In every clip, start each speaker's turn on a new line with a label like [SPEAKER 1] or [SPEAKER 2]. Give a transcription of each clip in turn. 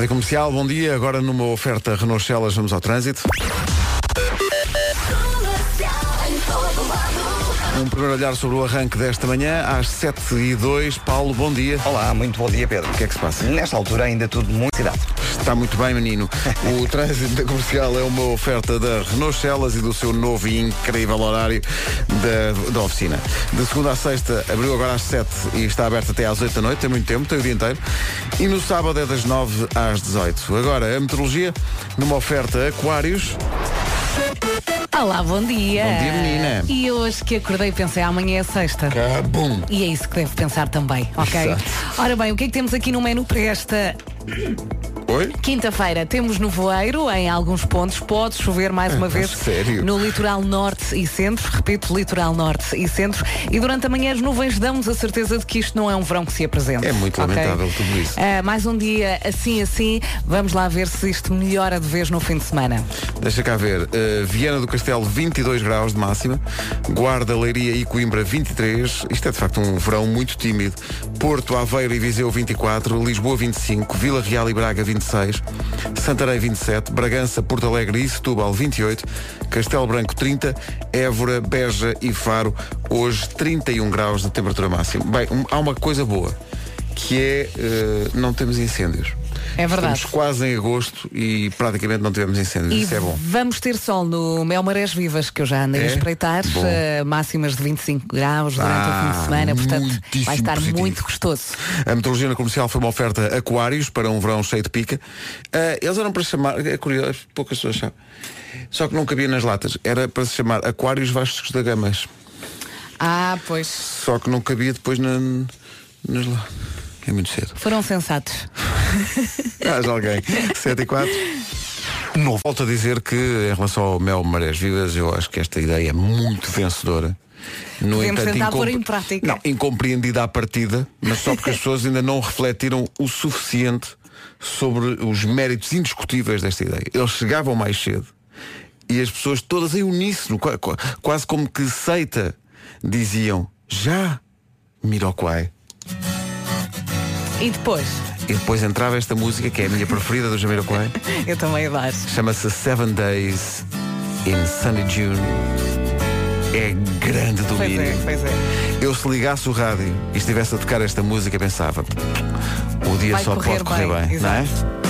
[SPEAKER 1] Rádio Comercial, bom dia. Agora numa oferta Renault Celas, vamos ao trânsito. Um primeiro olhar sobre o arranque desta manhã, às 7 e 02 Paulo, bom dia.
[SPEAKER 2] Olá, muito bom dia, Pedro.
[SPEAKER 1] O que é que se passa?
[SPEAKER 2] Nesta altura ainda tudo muito cidade.
[SPEAKER 1] Está muito bem, menino. O trânsito da comercial é uma oferta da Renault Celas e do seu novo e incrível horário da, da oficina. De segunda à sexta, abriu agora às 7 e está aberto até às 8 da noite, tem muito tempo, tem o dia inteiro. E no sábado é das 9 às 18. Agora, a meteorologia, numa oferta Aquários.
[SPEAKER 3] Olá, bom dia.
[SPEAKER 1] Bom dia, menina.
[SPEAKER 3] E hoje que acordei pensei, amanhã é sexta.
[SPEAKER 1] Cabum!
[SPEAKER 3] E é isso que devo pensar também, ok?
[SPEAKER 1] Exato.
[SPEAKER 3] Ora bem, o que é que temos aqui no menu para esta
[SPEAKER 1] Oi?
[SPEAKER 3] quinta-feira? Temos nevoeiro em alguns pontos, pode chover mais uma vez
[SPEAKER 1] sério?
[SPEAKER 3] no litoral norte e centro, repito, litoral norte e centro. E durante a manhã as nuvens dão-nos a certeza de que isto não é um verão que se apresenta.
[SPEAKER 1] É muito
[SPEAKER 3] ok?
[SPEAKER 1] lamentável tudo isso.
[SPEAKER 3] Ah, mais um dia assim, assim, vamos lá ver se isto melhora de vez no fim de semana.
[SPEAKER 1] Deixa cá ver. Uh, Viana do Castelo, 22 graus de máxima. Guarda, Leiria e Coimbra, 23. Isto é de facto um verão muito tímido. Porto, Aveiro e Viseu, 24. Lisboa, 25. Vila Real e Braga, 26. Santarém, 27. Bragança, Porto Alegre e Setúbal, 28. Castelo Branco, 30. Évora, Beja e Faro, hoje 31 graus de temperatura máxima. Bem, um- há uma coisa boa, que é uh, não temos incêndios.
[SPEAKER 3] É verdade.
[SPEAKER 1] Estamos quase em agosto e praticamente não tivemos incêndios.
[SPEAKER 3] E
[SPEAKER 1] Isso é bom.
[SPEAKER 3] vamos ter sol no Mel Marés Vivas, que eu já andei
[SPEAKER 1] É?
[SPEAKER 3] a espreitar,
[SPEAKER 1] Bom.
[SPEAKER 3] eh, máximas de 25 graus durante o fim
[SPEAKER 1] Ah,
[SPEAKER 3] de semana, portanto
[SPEAKER 1] muitíssimo
[SPEAKER 3] vai estar
[SPEAKER 1] positivo.
[SPEAKER 3] muito gostoso.
[SPEAKER 1] A meteorologia na comercial foi uma oferta Aquários para um verão cheio de pica. Ah, eles eram para chamar, é curioso, poucas pessoas sabem. Só que não cabia nas latas. Era para se chamar Aquários Vascos da Gamas.
[SPEAKER 3] Ah, pois.
[SPEAKER 1] Só que não cabia depois na, nas latas. É muito cedo.
[SPEAKER 3] Foram sensatos.
[SPEAKER 1] Haja alguém. 7 e 4. Novo. Volto a dizer que, em relação ao mel marés vivas, eu acho que esta ideia é muito vencedora. No
[SPEAKER 3] Podemos tentar
[SPEAKER 1] incompre-
[SPEAKER 3] pôr em prática.
[SPEAKER 1] Não, incompreendida à partida, mas só porque as pessoas ainda não refletiram o suficiente sobre os méritos indiscutíveis desta ideia. Eles chegavam mais cedo e as pessoas todas em uníssono, qua- qua- quase como que seita, diziam já, Miroquai.
[SPEAKER 3] E depois,
[SPEAKER 1] E depois entrava esta música, que é a minha preferida do Jamiroquai.
[SPEAKER 3] eu também adoro.
[SPEAKER 1] Chama-se Seven Days in Sunny June. É grande
[SPEAKER 3] Pois
[SPEAKER 1] domínio.
[SPEAKER 3] é, pois é.
[SPEAKER 1] Eu se ligasse o rádio e estivesse a tocar esta música, pensava, o dia
[SPEAKER 3] Vai
[SPEAKER 1] só
[SPEAKER 3] correr
[SPEAKER 1] pode correr
[SPEAKER 3] bem,
[SPEAKER 1] bem, não é?
[SPEAKER 3] exato.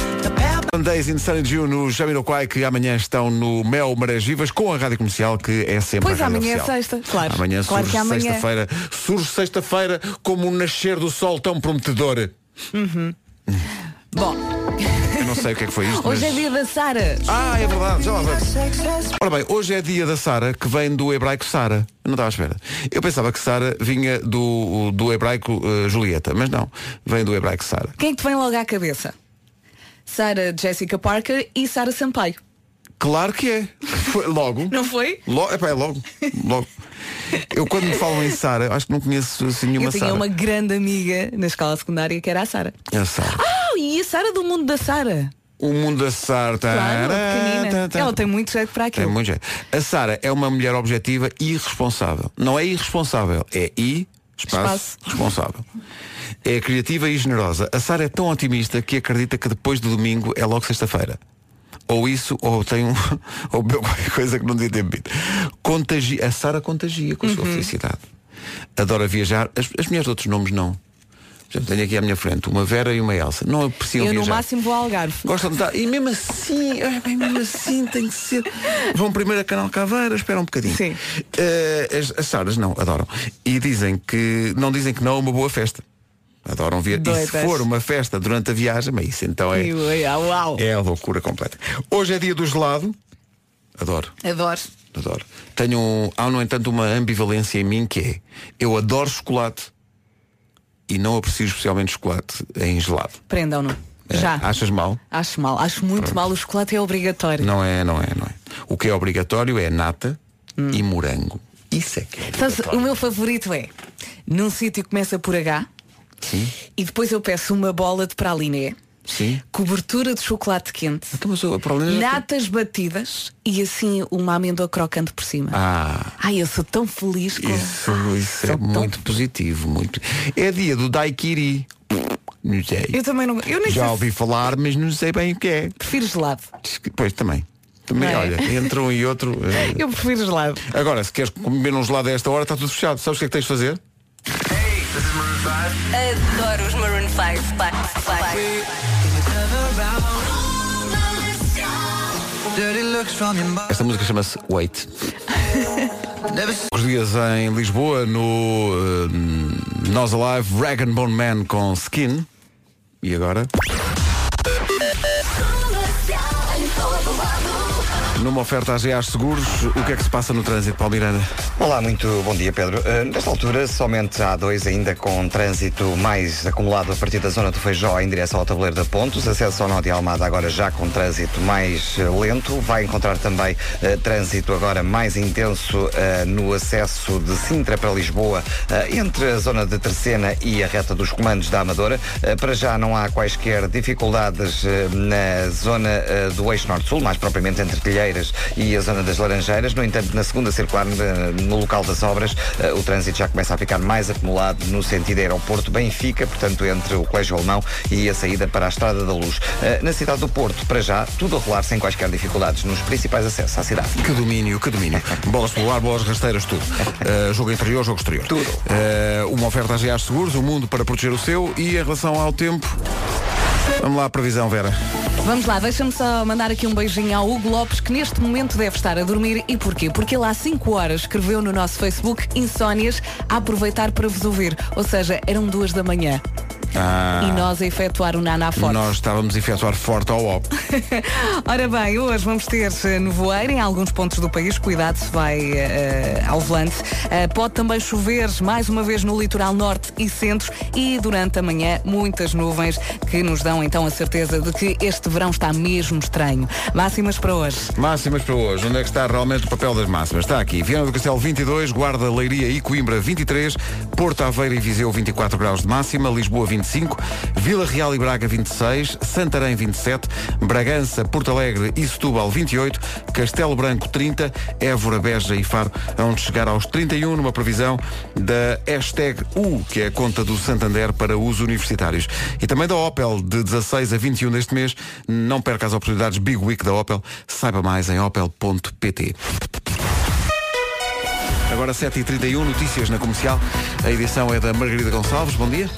[SPEAKER 1] Seven Days in Sunny June, no Jamiroquai, que amanhã estão no Mel Marés Vivas com a Rádio Comercial, que é sempre
[SPEAKER 3] Pois,
[SPEAKER 1] a rádio
[SPEAKER 3] amanhã é
[SPEAKER 1] oficial.
[SPEAKER 3] sexta, claro.
[SPEAKER 1] Amanhã
[SPEAKER 3] Claro
[SPEAKER 1] surge
[SPEAKER 3] que amanhã.
[SPEAKER 1] sexta-feira, surge sexta-feira como um nascer do sol tão prometedor.
[SPEAKER 3] Bom,
[SPEAKER 1] Eu não sei o que é que foi isto,
[SPEAKER 3] hoje é
[SPEAKER 1] mas...
[SPEAKER 3] dia da Sara.
[SPEAKER 1] Ah, é verdade, já lá vamos. Ora bem, hoje é dia da Sara, que vem do hebraico Sara. Não estava à espera. Eu pensava que Sara vinha do, do hebraico eh, Julieta, mas não, vem do hebraico Sara.
[SPEAKER 3] Quem é que te vem logo à cabeça? Sara Jessica Parker e Sara Sampaio.
[SPEAKER 1] Claro que é. Foi logo.
[SPEAKER 3] Não foi?
[SPEAKER 1] Logo, epá, é logo. Logo. Eu quando me falam em Sara, acho que não conheço assim, nenhuma
[SPEAKER 3] eu tinha
[SPEAKER 1] Sara.
[SPEAKER 3] uma grande amiga na escola secundária que era a Sara.
[SPEAKER 1] É a Sara.
[SPEAKER 3] Ah, e a Sara do mundo da Sara.
[SPEAKER 1] O mundo da Sara.
[SPEAKER 3] Claro,
[SPEAKER 1] Tará,
[SPEAKER 3] pequenina.
[SPEAKER 1] tá, tá.
[SPEAKER 3] Ela tem muito jeito para
[SPEAKER 1] Tem
[SPEAKER 3] aquilo.
[SPEAKER 1] muito jeito. A Sara é uma mulher objetiva e irresponsável. Não é irresponsável, é I, espaço,
[SPEAKER 3] Espaço.
[SPEAKER 1] responsável. É criativa e generosa. A Sara é tão otimista que acredita que depois do domingo é logo sexta-feira. Ou isso, ou tem um. ou bebeu qualquer coisa que não devia ter bebido. Contagi... A Sara contagia com a
[SPEAKER 3] Uhum.
[SPEAKER 1] sua felicidade. Adora viajar. As, as mulheres de outros nomes não. Já tenho aqui à minha frente uma Vera e uma Elsa. Não apreciam
[SPEAKER 3] Eu no
[SPEAKER 1] viajar.
[SPEAKER 3] máximo vou ao Algarve.
[SPEAKER 1] Gostam de estar. E mesmo assim, ai, bem, mesmo assim tem que ser. Vão primeiro a Canal Caveira, espera um bocadinho.
[SPEAKER 3] Sim.
[SPEAKER 1] Eh, as, as Saras não, adoram. E dizem que. Não dizem que não é uma boa festa. Adoram ver. E se
[SPEAKER 3] Doidas.
[SPEAKER 1] for uma festa durante a viagem, mas isso então é,
[SPEAKER 3] E, ui, ah, uau.
[SPEAKER 1] é a loucura completa. Hoje é dia do gelado. Adoro.
[SPEAKER 3] Adoro.
[SPEAKER 1] Adoro. Tenho, um- há, no entanto, uma ambivalência em mim que é eu adoro chocolate e não aprecio especialmente chocolate em gelado.
[SPEAKER 3] Prendam-no.
[SPEAKER 1] Eh,
[SPEAKER 3] Já.
[SPEAKER 1] Achas mal?
[SPEAKER 3] Acho mal. Acho muito mal. O chocolate é obrigatório.
[SPEAKER 1] Não é, não é, não é. O que é obrigatório é nata
[SPEAKER 3] Hum.
[SPEAKER 1] e morango. Isso é que é.
[SPEAKER 3] Sabes, Então, o meu favorito é num sítio começa por H
[SPEAKER 1] Sim.
[SPEAKER 3] e depois eu peço uma bola de praliné,
[SPEAKER 1] Sim.
[SPEAKER 3] cobertura de chocolate quente,
[SPEAKER 1] Então, mas o problema é.
[SPEAKER 3] natas batidas e assim uma amêndoa crocante por cima.
[SPEAKER 1] Ah,
[SPEAKER 3] Ai, eu sou tão feliz com
[SPEAKER 1] isso, isso é
[SPEAKER 3] São tão-
[SPEAKER 1] muito positivo. Muito... É dia do daiquiri. Não sei.
[SPEAKER 3] Eu também não. Eu nem sei
[SPEAKER 1] Já
[SPEAKER 3] se-
[SPEAKER 1] ouvi falar, mas não sei bem o que é.
[SPEAKER 3] Prefiro gelado.
[SPEAKER 1] Diz que- Pois também. Também,
[SPEAKER 3] Não é?
[SPEAKER 1] olha, entre um e outro. eh,
[SPEAKER 3] Eu prefiro gelado.
[SPEAKER 1] Agora, se queres comer um gelado a esta hora, está tudo fechado. Sabes o que é que tens de fazer?
[SPEAKER 4] Adoro os Maroon 5. Vai, vai.
[SPEAKER 1] Esta música chama-se Wait. Os dias em Lisboa, no eh, Nós Alive, Rag and Bone Man com Skin. E agora? Numa oferta à GA Seguros, o que é que se passa no trânsito, Paulo Miranda?
[SPEAKER 2] Olá, muito bom dia, Pedro. Eh, nesta altura, somente a A2 ainda com trânsito mais acumulado a partir da zona do Feijó em direção ao tabuleiro da Pontos. Acesso ao Nó de Almada agora já com trânsito mais eh, lento. Vai encontrar também eh, trânsito agora mais intenso eh, no acesso de Sintra para Lisboa, eh, entre a zona de Tercena e a reta dos comandos da Amadora. Eh, para já não há quaisquer dificuldades eh, na zona eh, do eixo norte-sul, mais propriamente entre Telheiras e a zona das Laranjeiras. No entanto, na segunda circular, eh, no local das obras, eh, o trânsito já começa a ficar mais acumulado no sentido aeroporto Benfica, portanto, entre o Colégio Alemão e a saída para a Estrada da Luz. Eh, Na cidade do Porto, para já, tudo a rolar sem quaisquer dificuldades nos principais acessos à cidade.
[SPEAKER 1] Que domínio, que domínio. Bolas pelo ar, bolas rasteiras, tudo. Eh, jogo interior, jogo exterior.
[SPEAKER 2] Tudo.
[SPEAKER 1] Eh, uma oferta à GA Seguros, o mundo para proteger o seu. E em relação ao tempo, vamos lá à previsão, Vera.
[SPEAKER 3] Vamos lá, deixa-me só mandar aqui um beijinho ao Hugo Lopes, que neste momento deve estar a dormir. E porquê? Porque ele há 5 horas escreveu no nosso Facebook Insónias a aproveitar para vos ouvir. Ou seja, eram duas da manhã. E nós a efetuar o Nana Forte.
[SPEAKER 1] Nós estávamos a efetuar forte ao op.
[SPEAKER 3] Ora bem, hoje vamos ter eh, nevoeiro em alguns pontos do país. Cuidado se vai eh, ao volante. Eh, pode também chover mais uma vez no litoral norte e centro e durante a manhã muitas nuvens que nos dão então a certeza de que este verão está mesmo estranho. Máximas para hoje.
[SPEAKER 1] Máximas para hoje. Onde é que está realmente o papel das máximas? Está aqui. Viana do Castelo 22, Guarda, Leiria e Coimbra 23, Porto Aveiro e Viseu 24 graus de máxima, Lisboa 25, Vila Real e Braga 26, Santarém 27, Bragança, Porto Alegre e Setúbal 28, Castelo Branco 30, Évora, Beja e Faro onde chegar aos 31 numa previsão da hashtag U, que é a conta do Santander para uso universitários. E também da Opel, de 16 a 21 deste mês. Não perca as oportunidades Big Week da Opel. Saiba mais em opel.pt. Agora 7h31, notícias na comercial. A edição é da Margarida Gonçalves. Bom dia.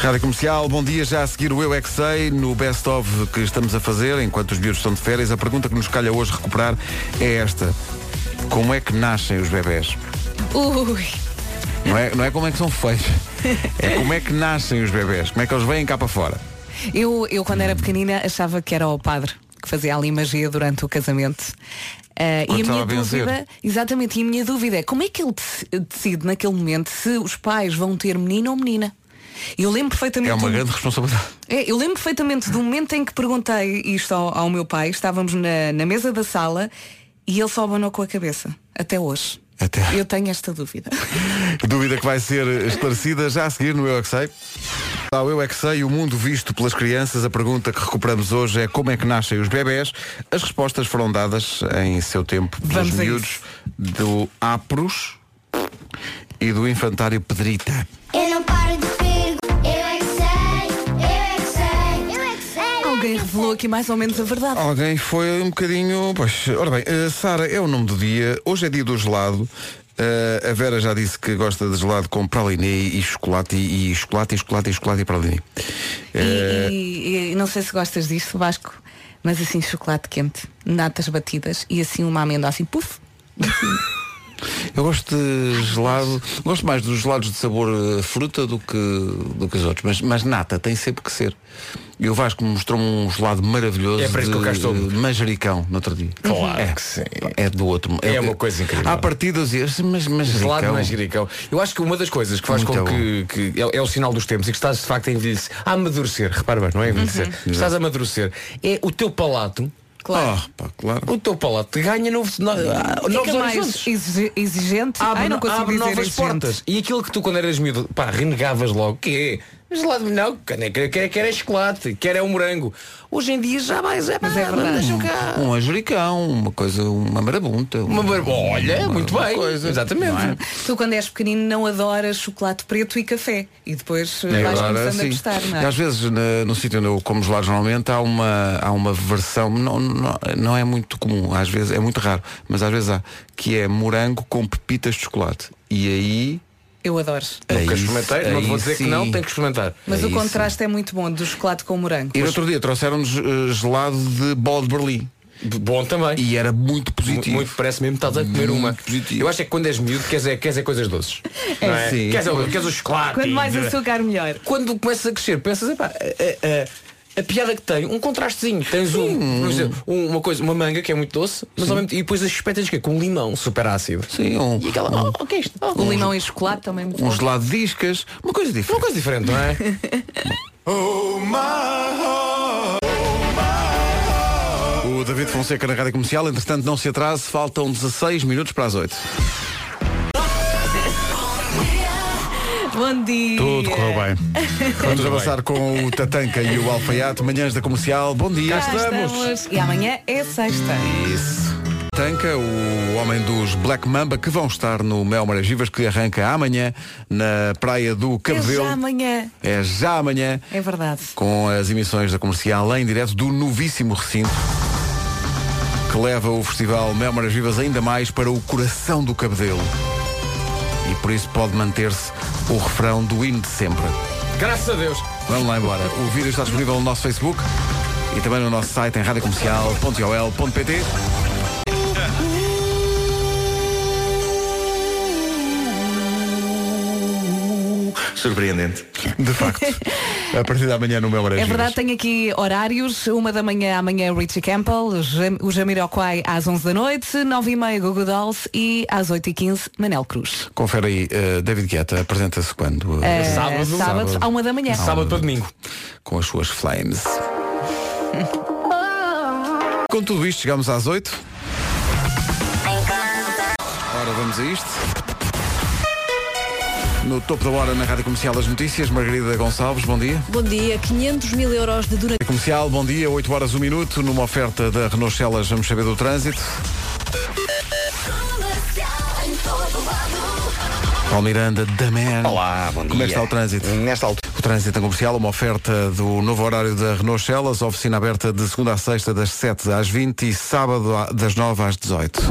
[SPEAKER 1] Rádio Comercial, bom dia. Já a seguir o Eu é que Sei, no Best of que estamos a fazer, enquanto os miúdos estão de férias. A pergunta que nos calha hoje recuperar é esta. Como é que nascem os bebés?
[SPEAKER 3] Ui,
[SPEAKER 1] Não é, não é como é que são feitos. É como é que nascem os bebés. Como é que eles vêm cá para fora.
[SPEAKER 3] eu, eu quando era pequenina achava que era o padre que fazia ali magia durante o casamento. Eh,
[SPEAKER 1] Quando
[SPEAKER 3] e a
[SPEAKER 1] estava
[SPEAKER 3] minha
[SPEAKER 1] a vencer.
[SPEAKER 3] dúvida, exatamente, e a minha dúvida é como é que ele dec- decide naquele momento se os pais vão ter menino ou menina? Eu lembro perfeitamente
[SPEAKER 1] É uma
[SPEAKER 3] do-
[SPEAKER 1] grande responsabilidade.
[SPEAKER 3] É, eu lembro perfeitamente do momento em que perguntei isto ao, ao meu pai, estávamos na, na mesa da sala e ele só abanou com a cabeça. Até hoje.
[SPEAKER 1] Até-
[SPEAKER 3] Eu tenho esta dúvida.
[SPEAKER 1] Dúvida que vai ser esclarecida já a seguir no Eu é que Sei. Ao Eu é que Sei, o mundo visto pelas crianças, a pergunta que recuperamos hoje é como é que nascem os bebés. As respostas foram dadas em seu tempo pelos
[SPEAKER 3] Vamos a
[SPEAKER 1] miúdos do Apros e do Infantário Pedrita.
[SPEAKER 5] Eu não paro de perguntar. Eu é que sei, eu é que sei, eu é que sei.
[SPEAKER 3] Alguém revelou aqui mais ou menos a verdade.
[SPEAKER 1] Alguém foi um bocadinho. Pois, ora bem, eh, Sara é o nome do dia. Hoje é dia do gelado. Eh, a Vera já disse que gosta de gelado com praliné e chocolate e, e chocolate e chocolate e chocolate e praliné.
[SPEAKER 3] E,
[SPEAKER 1] Eh,
[SPEAKER 3] e- e não sei se gostas disto, Vasco, mas assim, chocolate quente, natas batidas e assim uma amêndoa assim, puf.
[SPEAKER 6] Eu gosto de gelado, gosto mais dos gelados de sabor eh, fruta do que, do que os outros, mas, mas nata tem sempre que ser. E o Vasco me mostrou um gelado maravilhoso
[SPEAKER 7] É para isso
[SPEAKER 6] de
[SPEAKER 7] que eu cá estou.
[SPEAKER 6] eh, manjericão no outro dia.
[SPEAKER 7] Claro
[SPEAKER 6] é,
[SPEAKER 7] que sim.
[SPEAKER 6] É do outro.
[SPEAKER 7] É
[SPEAKER 6] eu-
[SPEAKER 7] uma coisa incrível.
[SPEAKER 6] Há partidas e assim, mas
[SPEAKER 7] Gelado
[SPEAKER 6] manjericão.
[SPEAKER 7] manjericão. Eu acho que uma das coisas que faz
[SPEAKER 6] Muito
[SPEAKER 7] com que, que é, é o sinal dos tempos e que estás de facto a envelhecer, a amadurecer, repara bem, não é envelhecer, estás a amadurecer, é o teu palato,
[SPEAKER 6] Oh,
[SPEAKER 3] Claro.
[SPEAKER 1] Pá, claro.
[SPEAKER 7] o teu palato ganha novos, no, ah, novos
[SPEAKER 3] Fica mais
[SPEAKER 7] horizontes.
[SPEAKER 3] exige- exigente.
[SPEAKER 7] Abre,
[SPEAKER 3] Ai, não consigo
[SPEAKER 7] abre
[SPEAKER 3] dizer
[SPEAKER 7] novas
[SPEAKER 3] exigente.
[SPEAKER 7] portas. E aquilo que tu quando eras miúdo, pá, renegavas logo, que é Gelado, não, quer, quer, quer, quer é chocolate, quer é um morango. Hoje em dia já mais é, mas é verdade. Deixa cá.
[SPEAKER 1] Um anjuricão, uma coisa, uma marabunta.
[SPEAKER 7] Uma barba, olha, muito
[SPEAKER 1] uma
[SPEAKER 7] bem.
[SPEAKER 1] coisa,
[SPEAKER 7] Exatamente.
[SPEAKER 1] não é?
[SPEAKER 3] Tu quando és pequenino não adoras chocolate preto e café e depois eh, vais
[SPEAKER 1] Agora,
[SPEAKER 3] começando a
[SPEAKER 1] sim.
[SPEAKER 3] gostar, não
[SPEAKER 1] E
[SPEAKER 3] é?
[SPEAKER 1] às vezes na- no sítio onde eu como gelados normalmente há uma, há uma versão, não, não, não é muito comum, às vezes é muito raro, mas às vezes há, que é morango com pepitas de chocolate. E aí.
[SPEAKER 3] Eu adoro.
[SPEAKER 7] Nunca
[SPEAKER 1] aí-
[SPEAKER 7] experimentei, não te vou
[SPEAKER 1] aí
[SPEAKER 7] dizer que
[SPEAKER 1] é sim.
[SPEAKER 7] não, tenho que experimentar.
[SPEAKER 3] Mas
[SPEAKER 1] É
[SPEAKER 3] o
[SPEAKER 1] isso.
[SPEAKER 3] contraste é muito bom do chocolate com o morango.
[SPEAKER 1] E no outro dia trouxeram-nos eh, gelado de bola de Berlim.
[SPEAKER 7] B- Bom também.
[SPEAKER 1] E era muito positivo.
[SPEAKER 7] Muito parece mesmo que estás a comer
[SPEAKER 1] Muito
[SPEAKER 7] uma.
[SPEAKER 1] positivo.
[SPEAKER 7] Eu acho é que quando és miúdo queres é, queres é coisas doces.
[SPEAKER 3] É.
[SPEAKER 7] não é?
[SPEAKER 1] Sim.
[SPEAKER 7] Queres, é o- queres o chocolate.
[SPEAKER 3] Quanto mais açúcar, melhor.
[SPEAKER 7] Quando começas a crescer, pensas, epá, a, a- a piada que tem, um contrastezinho. Tens um, por exemplo, um- uma coisa, uma manga que é muito doce, mas ao mesmo tempo, e depois as espetas que é com limão super ácido.
[SPEAKER 1] Sim, um,
[SPEAKER 7] E aquela, oh, o que é isto? Oh,
[SPEAKER 3] O limão e chocolate também muito
[SPEAKER 1] um
[SPEAKER 3] bom.
[SPEAKER 1] gelado de discas, uma coisa diferente.
[SPEAKER 7] Uma coisa diferente, não é?
[SPEAKER 1] O David Fonseca na Rádio Comercial, entretanto não se atrase, faltam 16 minutos para as 8.
[SPEAKER 3] Bom dia.
[SPEAKER 1] Tudo correu bem. Vamos avançar com o Tatanca e o Alfaiate, manhãs da comercial. Bom dia.
[SPEAKER 3] Cá estamos. E amanhã é sexta.
[SPEAKER 1] Isso. Tanca, o homem dos Black Mamba, que vão estar no Mel Maragivas, que arranca amanhã na praia do
[SPEAKER 3] É
[SPEAKER 1] Cabedelo.
[SPEAKER 3] já amanhã.
[SPEAKER 1] É já amanhã,
[SPEAKER 3] É verdade.
[SPEAKER 1] com as emissões da comercial em direto do novíssimo recinto. Que leva o festival Mel Maragivas ainda mais para o coração do Cabedelo. E por isso pode manter-se o refrão do hino de sempre.
[SPEAKER 7] Graças a Deus.
[SPEAKER 1] Vamos lá embora. O vídeo está disponível no nosso Facebook e também no nosso site em radiocomercial.ol.pt
[SPEAKER 8] Surpreendente.
[SPEAKER 1] De facto. A partir da manhã no meu Marés
[SPEAKER 3] É verdade,
[SPEAKER 1] Vivas.
[SPEAKER 3] tenho aqui horários. Uma da manhã, amanhã Richie Campbell, o Jam- o Jamiroquai às 11 da noite, 9 e meia Google Dolls e às 8 e 15 Manel Cruz.
[SPEAKER 1] Confere aí, eh, David Guetta apresenta-se quando? Eh,
[SPEAKER 3] Eh,
[SPEAKER 7] sábado.
[SPEAKER 3] sábado,
[SPEAKER 7] Sábado.
[SPEAKER 3] à 1 da manhã.
[SPEAKER 7] Sábado para domingo.
[SPEAKER 1] Com as suas flames. Com tudo isto, chegamos às 8. Ora, vamos a isto. No topo da hora na Rádio Comercial das Notícias, Margarida Gonçalves, bom dia.
[SPEAKER 4] Bom dia, 500 mil euros de dura...
[SPEAKER 1] Rádio Comercial, bom dia, 8 horas 1 minuto, numa oferta da Renault Celas, vamos saber do trânsito. Paulo Miranda, da Man.
[SPEAKER 2] Olá, bom dia.
[SPEAKER 1] Como é que está o trânsito?
[SPEAKER 2] Nesta altura,
[SPEAKER 1] O trânsito é comercial, uma oferta do novo horário da Renault Celas, oficina aberta de segunda a sexta, das 7 às 20 e sábado a- das 9 às 18.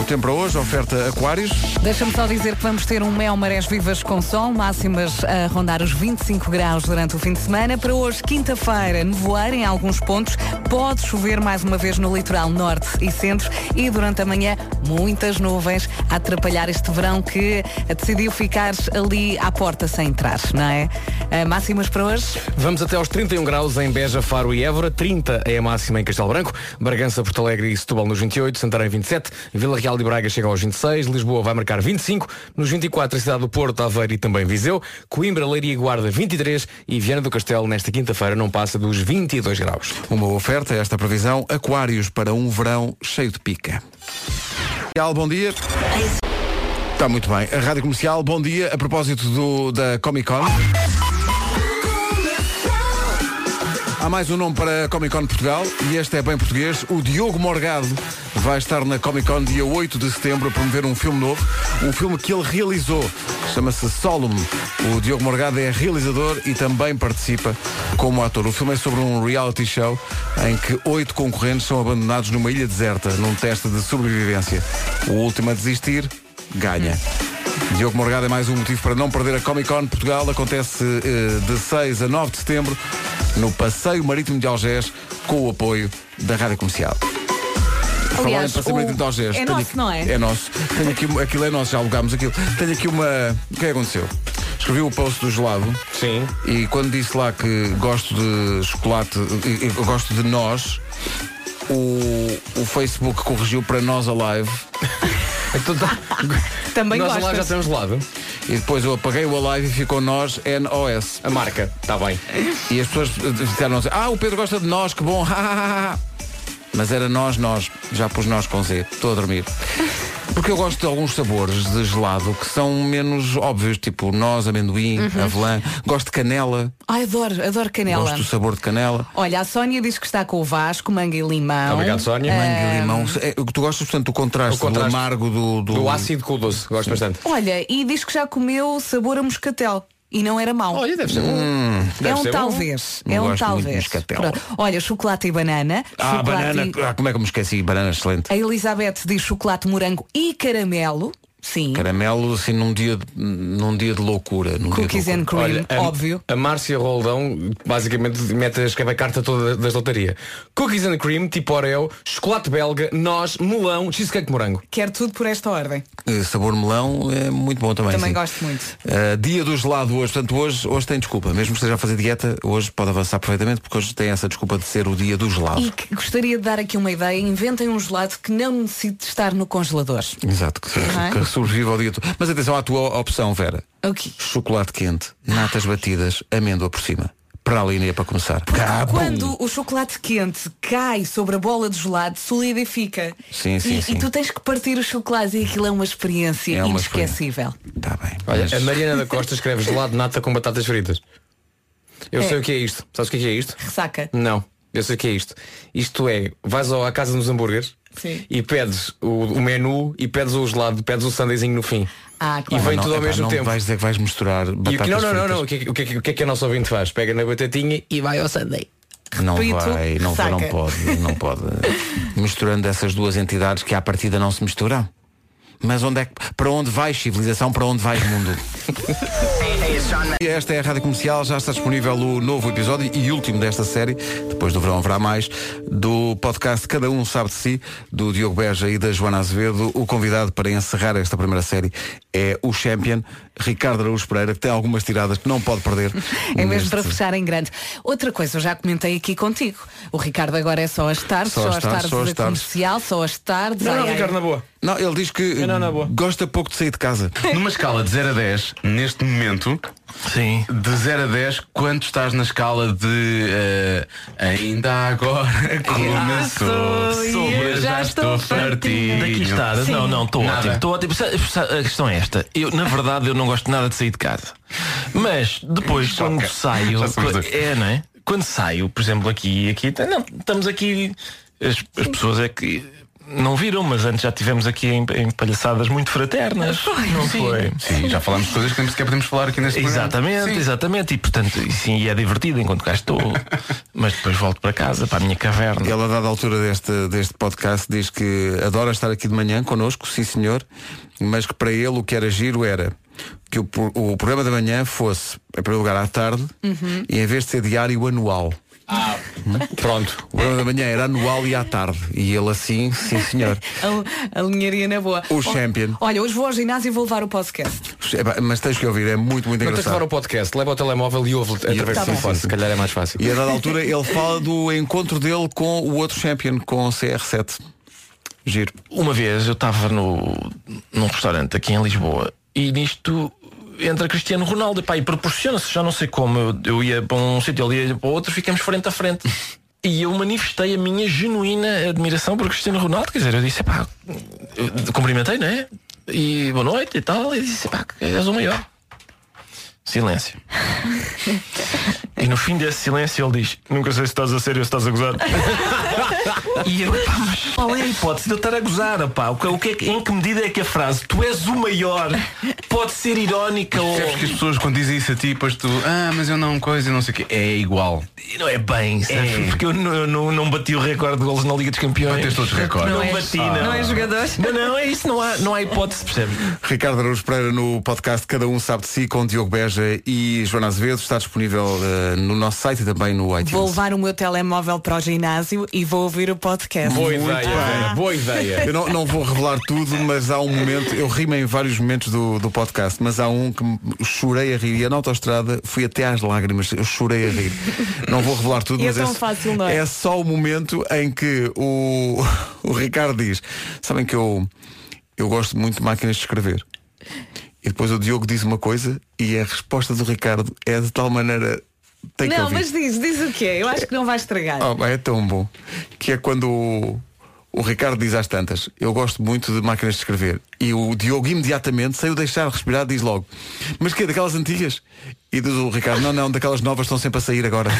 [SPEAKER 1] O tempo para hoje, oferta Aquários.
[SPEAKER 3] Deixa-me só dizer que vamos ter um mel marés vivas com sol, máximas a rondar os 25 graus durante o fim de semana. Para hoje, quinta-feira, nevoeiro em alguns pontos, pode chover mais uma vez no litoral norte e centro e durante a manhã muitas nuvens a atrapalhar este verão que decidiu ficar ali à porta sem entrar, não é? Eh, Máximas para hoje?
[SPEAKER 7] Vamos até aos 31 graus em Beja, Faro e Évora, 30 é a máxima em Castelo Branco, Bragança, Porto Alegre e Setúbal nos 28, Santarém 27, Vila Real de Braga chega aos 26, Lisboa vai marcar 25, nos 24 a cidade do Porto, Aveiro e também Viseu, Coimbra, Leiria e Guarda 23 e Viana do Castelo nesta quinta-feira não passa dos 22 graus.
[SPEAKER 1] Uma oferta, esta previsão, Aquários para um verão cheio de pica. Comercial, bom dia. Está muito bem. A Rádio Comercial, bom dia. A propósito do, da Comic Con. Há mais um nome para a Comic Con Portugal e este é bem português. O Diogo Morgado vai estar na Comic Con dia 8 de setembro a promover um filme novo, um filme que ele realizou. Chama-se Solum. O Diogo Morgado é realizador e também participa como ator. O filme é sobre um reality show em que oito concorrentes são abandonados numa ilha deserta num teste de sobrevivência. O último a desistir ganha. Diogo Morgado é mais um motivo para não perder a Comic Con Portugal. Acontece eh, de 6 a 9 de setembro no Passeio Marítimo de Algés com o apoio da Rádio Comercial. Falar em
[SPEAKER 3] Aliás,
[SPEAKER 1] Passeio
[SPEAKER 3] o-
[SPEAKER 1] Marítimo de Algés.
[SPEAKER 3] é
[SPEAKER 1] tenho
[SPEAKER 3] nosso,
[SPEAKER 1] aqui-
[SPEAKER 3] não é?
[SPEAKER 1] É nosso. Tenho aqui, uma- aquilo é nosso, já alugámos aquilo. Tenho aqui uma... O que é que aconteceu? Escrevi o post do gelado
[SPEAKER 7] Sim.
[SPEAKER 1] e quando disse lá que gosto de chocolate, e- e gosto de nós, o, o Facebook corrigiu para nós alive
[SPEAKER 7] Então, tá-
[SPEAKER 3] Também
[SPEAKER 7] Nós
[SPEAKER 3] gostas.
[SPEAKER 7] lá já temos lado.
[SPEAKER 1] E depois eu apaguei o Alive e ficou nós NOS.
[SPEAKER 7] A marca, está bem.
[SPEAKER 1] E as pessoas eh, disseram assim, ah, o Pedro gosta de nós, que bom. ha, ha, ha, ha." Mas era nós, nós. Já pus nós com Z. Estou a dormir. Porque eu gosto de alguns sabores de gelado que são menos óbvios, tipo noz, amendoim, avelã. Gosto de canela,
[SPEAKER 3] Ai, adoro, adoro Uhum. canela.
[SPEAKER 1] gosto do sabor de canela.
[SPEAKER 3] Olha, a Sónia diz que está com o Vasco, manga e limão.
[SPEAKER 7] Obrigado, Sónia.
[SPEAKER 1] Manga e limão.
[SPEAKER 3] Ehm.
[SPEAKER 1] É, tu gostas, portanto, do contraste,
[SPEAKER 7] O contraste.
[SPEAKER 1] do amargo, do, do...
[SPEAKER 7] Do ácido com o doce, gosto bastante.
[SPEAKER 3] Olha, e diz que já comeu sabor a moscatel. E não era mau.
[SPEAKER 7] Olha, deve ser bom.
[SPEAKER 3] é
[SPEAKER 7] Hum, deve
[SPEAKER 3] um
[SPEAKER 7] ser bom.
[SPEAKER 3] talvez.
[SPEAKER 1] Não
[SPEAKER 3] é um
[SPEAKER 1] gosto muito de
[SPEAKER 3] talvez.
[SPEAKER 1] moscatel.
[SPEAKER 3] Pronto. Olha, chocolate e banana.
[SPEAKER 1] Ah,
[SPEAKER 3] chocolate
[SPEAKER 1] banana.
[SPEAKER 3] e-
[SPEAKER 1] Ah, como é que eu me esqueci? Banana excelente.
[SPEAKER 3] A Elizabeth diz chocolate, morango e caramelo. Sim.
[SPEAKER 1] Caramelo, assim, num dia de, num dia de loucura. Num dia de
[SPEAKER 3] Cookies and
[SPEAKER 1] loucura.
[SPEAKER 3] cream,
[SPEAKER 7] a,
[SPEAKER 3] óbvio.
[SPEAKER 7] A Márcia Roldão basicamente mete, escreve a carta toda das lotaria. Cookies and cream, tipo Oreo, chocolate belga, noz, melão, cheesecake de morango.
[SPEAKER 3] Quero tudo por esta ordem.
[SPEAKER 1] Eh, sabor melão é muito bom também.
[SPEAKER 3] Também
[SPEAKER 1] sim.
[SPEAKER 3] gosto muito.
[SPEAKER 1] Eh, dia do gelado hoje, portanto hoje, hoje tem desculpa. Mesmo que esteja a fazer dieta, hoje pode avançar perfeitamente porque hoje tem essa desculpa de ser o dia do gelado.
[SPEAKER 3] E que gostaria de dar aqui uma ideia. Inventem um gelado que não necessite de estar no congelador.
[SPEAKER 1] Exato, que,
[SPEAKER 3] Não é?
[SPEAKER 1] que sobrevive ao dia todo. Mas atenção à tua opção, Vera.
[SPEAKER 3] O quê?
[SPEAKER 1] Chocolate quente, natas batidas, amêndoa por cima. Para a linha para começar.
[SPEAKER 3] é
[SPEAKER 1] É Cá, pum!
[SPEAKER 3] Quando o chocolate quente cai sobre a bola de gelado, solidifica.
[SPEAKER 1] Sim, sim,
[SPEAKER 3] e,
[SPEAKER 1] sim.
[SPEAKER 3] e tu tens que partir os chocolates e aquilo é uma experiência
[SPEAKER 1] É uma
[SPEAKER 3] inesquecível.
[SPEAKER 1] Tá bem.
[SPEAKER 7] Olha, é
[SPEAKER 1] mas-
[SPEAKER 7] a Mariana da Costa escreve gelado nata com batatas fritas. Eu
[SPEAKER 3] É.
[SPEAKER 7] sei o que é isto. Sabes o que é que é isto?
[SPEAKER 3] Ressaca.
[SPEAKER 7] Não, eu sei o que é isto. Isto é, vais ao- à casa dos hambúrgueres
[SPEAKER 3] Sim.
[SPEAKER 7] e pedes o, o menu e pedes o gelado, pedes o sandezinho no fim.
[SPEAKER 3] Ah,
[SPEAKER 7] E
[SPEAKER 3] claro.
[SPEAKER 7] vem
[SPEAKER 1] Não,
[SPEAKER 7] tudo ao
[SPEAKER 1] epá,
[SPEAKER 7] mesmo
[SPEAKER 1] não
[SPEAKER 7] tempo.
[SPEAKER 1] vais dizer que vais misturar
[SPEAKER 7] E o que,
[SPEAKER 1] batatas
[SPEAKER 7] não, não, não,
[SPEAKER 1] fritas.
[SPEAKER 7] não. O que, é que- o, que, é que- o que é que a nossa ouvinte faz? Pega na batatinha e vai ao sundae.
[SPEAKER 1] Não
[SPEAKER 3] Repito,
[SPEAKER 1] vai, não, vai, não
[SPEAKER 3] saca.
[SPEAKER 1] pode, não pode. Misturando essas duas entidades que à partida não se misturam. Mas onde é que, para onde vais civilização, para onde vais mundo? E Esta é a Rádio Comercial, já está disponível o novo episódio e último desta série, depois do verão haverá mais, do podcast Cada Um Sabe de Si, do Diogo Beja e da Joana Azevedo. O convidado para encerrar esta primeira série é o champion Ricardo Araújo Pereira, que tem algumas tiradas que não pode perder.
[SPEAKER 3] É mesmo
[SPEAKER 1] neste-
[SPEAKER 3] para fechar em grande. Outra coisa, eu já comentei aqui contigo. O Ricardo agora é só às tardes,
[SPEAKER 1] Só
[SPEAKER 3] só
[SPEAKER 1] às
[SPEAKER 3] às
[SPEAKER 1] tardes,
[SPEAKER 3] tardes
[SPEAKER 1] só às
[SPEAKER 3] da
[SPEAKER 1] tardes.
[SPEAKER 3] comercial, só às tardes.
[SPEAKER 7] Não,
[SPEAKER 3] ai,
[SPEAKER 7] não,
[SPEAKER 3] ai.
[SPEAKER 7] Ricardo, na boa.
[SPEAKER 1] Não, ele diz que
[SPEAKER 7] não, na boa.
[SPEAKER 1] gosta pouco de sair de casa.
[SPEAKER 9] Numa escala de 0 a 10, neste momento,
[SPEAKER 1] Sim.
[SPEAKER 9] de 0 a 10, quanto estás na escala de eh, ainda agora a coluna sobre, sobre
[SPEAKER 3] já estou fartinho.
[SPEAKER 9] fartinho.
[SPEAKER 10] Daqui está. Não, não, estou ótimo. Estou ótimo. Sa- sa- A questão é esta. Eu, na verdade, eu não gosto nada de sair de casa. Mas depois, quando saio.
[SPEAKER 9] Já somos dois.
[SPEAKER 10] É, não é? Quando saio, por exemplo, aqui aqui. tá, Não, estamos aqui. As, as pessoas é que. Não viram, mas antes já tivemos aqui em, em palhaçadas muito fraternas. não foi?
[SPEAKER 9] Sim, já falámos de coisas que nem sequer podemos falar aqui neste programa.
[SPEAKER 10] Exatamente,
[SPEAKER 9] Sim.
[SPEAKER 10] exatamente. E portanto, e sim, e é divertido enquanto cá estou. mas depois volto para casa, para a minha caverna.
[SPEAKER 1] Ele, a dada altura deste, deste podcast, diz que adora estar aqui de manhã connosco, sim senhor, mas que para ele o que era giro era que o, pro- o programa da manhã fosse, em primeiro lugar, à tarde,
[SPEAKER 7] Uhum.
[SPEAKER 1] e em vez de ser diário, anual.
[SPEAKER 7] Pronto.
[SPEAKER 1] O programa da manhã era anual e à tarde. E ele assim, sim senhor.
[SPEAKER 3] A, a linharia na boa.
[SPEAKER 1] O
[SPEAKER 7] Oh,
[SPEAKER 3] Ó,
[SPEAKER 1] champion.
[SPEAKER 3] Olha, hoje vou ao ginásio e vou levar o podcast.
[SPEAKER 1] Epá, Mas tens que ouvir, é muito, muito
[SPEAKER 7] Não tens de levar
[SPEAKER 1] engraçado.
[SPEAKER 7] o podcast, leva o telemóvel e ouve através
[SPEAKER 3] Tá
[SPEAKER 7] do
[SPEAKER 3] bem.
[SPEAKER 7] telefone, se calhar é mais fácil.
[SPEAKER 1] E a dada altura ele fala do encontro dele com o outro champion, com o CR7. Giro.
[SPEAKER 10] Uma vez eu estava no, num restaurante aqui em Lisboa e nisto entra Cristiano Ronaldo pá, e proporciona-se, já não sei como, eu, eu ia para um sítio, ele ia para o outro, ficamos frente a frente. E eu manifestei a minha genuína admiração por Cristiano Ronaldo, quer dizer, eu disse, pá, eu cumprimentei, não é? E boa noite e tal, e disse, pá, és o maior. Silêncio. e no fim desse silêncio ele diz, nunca sei se estás a sério ou se estás a gozar. E eu, pá, mas qual é a hipótese de eu estar a gozar, pá? O que, o que é que- em que medida é que a frase tu és o maior pode ser irónica ou.
[SPEAKER 9] Percebes que as pessoas quando dizem isso a ti, depois tu, ah, mas eu não coisa, não sei o quê. É igual.
[SPEAKER 10] Não é bem, sabes? Porque eu não, eu não, não bati o recorde de golos na Liga dos Campeões.
[SPEAKER 9] Tens todos os recordes.
[SPEAKER 10] Não bati, não.
[SPEAKER 3] Não é jogador?
[SPEAKER 10] Não, não, é isso, não há, não há hipótese, percebes?
[SPEAKER 1] Ricardo Araújo Pereira no podcast Cada Um Sabe de Si com Diogo Beja e Joana Azevedo está disponível eh, no nosso site e também no iTunes.
[SPEAKER 3] Vou levar o meu telemóvel para o ginásio e vou ouvir o podcast.
[SPEAKER 7] Boa ideia, Vera, boa ideia.
[SPEAKER 1] Eu não, não vou revelar tudo, mas há um momento, eu rimo em vários momentos do, do podcast, mas há um que me- chorei a rir e na autoestrada fui até às lágrimas, eu chorei a rir. Não vou revelar tudo,
[SPEAKER 3] E é
[SPEAKER 1] mas
[SPEAKER 3] tão
[SPEAKER 1] s-
[SPEAKER 3] fácil, não é?
[SPEAKER 1] é só o momento em que o, o Ricardo diz, sabem que eu, eu gosto muito de máquinas de escrever. E depois o Diogo diz uma coisa e a resposta do Ricardo é de tal maneira. Tem que
[SPEAKER 3] Não,
[SPEAKER 1] ouvir.
[SPEAKER 3] mas diz, diz o quê? Eu acho que não vai estragar.
[SPEAKER 1] Ah, pá, é tão bom. Que é quando o, O Ricardo diz às tantas, eu gosto muito de máquinas de escrever. E o Diogo imediatamente, sem o deixar respirar, diz logo, mas que é daquelas antigas? E diz o Ricardo, não, não, daquelas novas estão sempre a sair agora.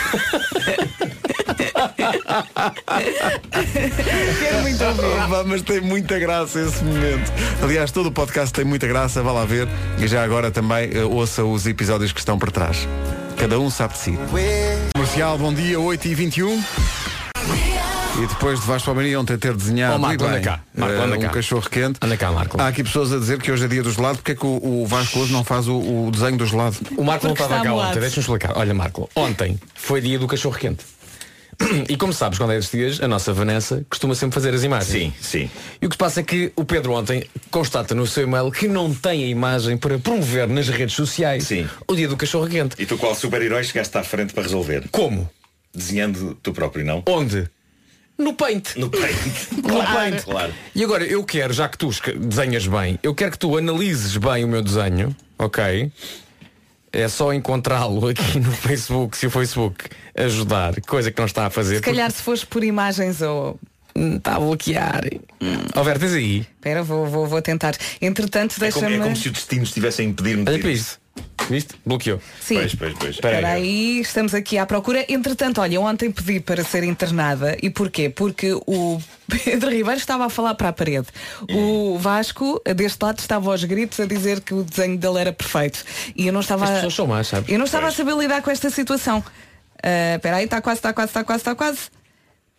[SPEAKER 3] Quero muito ouvir.
[SPEAKER 1] Opa, mas tem muita graça esse momento. Aliás, todo o podcast tem muita graça, vá lá ver. E já agora também eh, ouça os episódios que estão para trás. Cada um sabe de si. Comercial, bom dia, 8 e 21 e depois de Vasco Almeida ontem ter desenhado
[SPEAKER 7] Oh, Marco,
[SPEAKER 1] e
[SPEAKER 7] anda cá. Marco,
[SPEAKER 1] eh,
[SPEAKER 7] anda
[SPEAKER 1] um
[SPEAKER 7] cá.
[SPEAKER 1] cachorro quente.
[SPEAKER 7] Anda cá, Marco.
[SPEAKER 1] Há aqui pessoas a dizer que hoje é dia do gelado, porque é que o, o Vasco hoje não faz o, o desenho do gelado?
[SPEAKER 7] O Marco não
[SPEAKER 3] Porque
[SPEAKER 7] estava
[SPEAKER 3] está
[SPEAKER 7] cá
[SPEAKER 3] molado.
[SPEAKER 7] ontem, deixa-me explicar. Olha, Marco, ontem foi dia do cachorro quente. E como sabes, quando é estes dias, a nossa Vanessa costuma sempre fazer as imagens.
[SPEAKER 10] Ah, Sim, sim.
[SPEAKER 7] E o que se passa é que o Pedro ontem constata no seu e-mail que não tem a imagem para promover nas redes sociais
[SPEAKER 10] Sim.
[SPEAKER 7] o dia do cachorro quente.
[SPEAKER 10] E tu qual super-herói chegaste à frente para resolver?
[SPEAKER 7] Como?
[SPEAKER 10] Desenhando tu próprio, não?
[SPEAKER 7] Onde? No Paint.
[SPEAKER 10] No peito.
[SPEAKER 7] No Paint.
[SPEAKER 10] claro.
[SPEAKER 7] E agora eu quero, já que tu esca- desenhas bem, eu quero que tu analises bem o meu desenho, ok? É só encontrá-lo aqui no Facebook, se o Facebook ajudar, coisa que não está a fazer.
[SPEAKER 3] Se calhar se fores por imagens hum, ou.
[SPEAKER 7] porque está a bloquear. Alberto, tens aí.
[SPEAKER 3] Espera, vou, vou, vou tentar. Entretanto,
[SPEAKER 10] É como,
[SPEAKER 3] deixa-me.
[SPEAKER 10] é como se o destino estivesse a impedir-me de
[SPEAKER 7] Olha
[SPEAKER 10] ir.
[SPEAKER 7] para isto. Viste? Bloqueou.
[SPEAKER 3] Sim.
[SPEAKER 10] Pois, pois, pois.
[SPEAKER 3] Espera aí, estamos aqui à procura. Entretanto, olha, ontem pedi para ser internada. E porquê? Porque o Pedro Ribeiro estava a falar para a parede. O Vasco, deste lado, estava aos gritos a dizer que o desenho dele era perfeito. E eu não estava.
[SPEAKER 7] As pessoas são más, sabe?
[SPEAKER 3] Eu não estava a saber lidar com esta situação. Ah, Espera aí, está quase, está quase, está quase, está quase.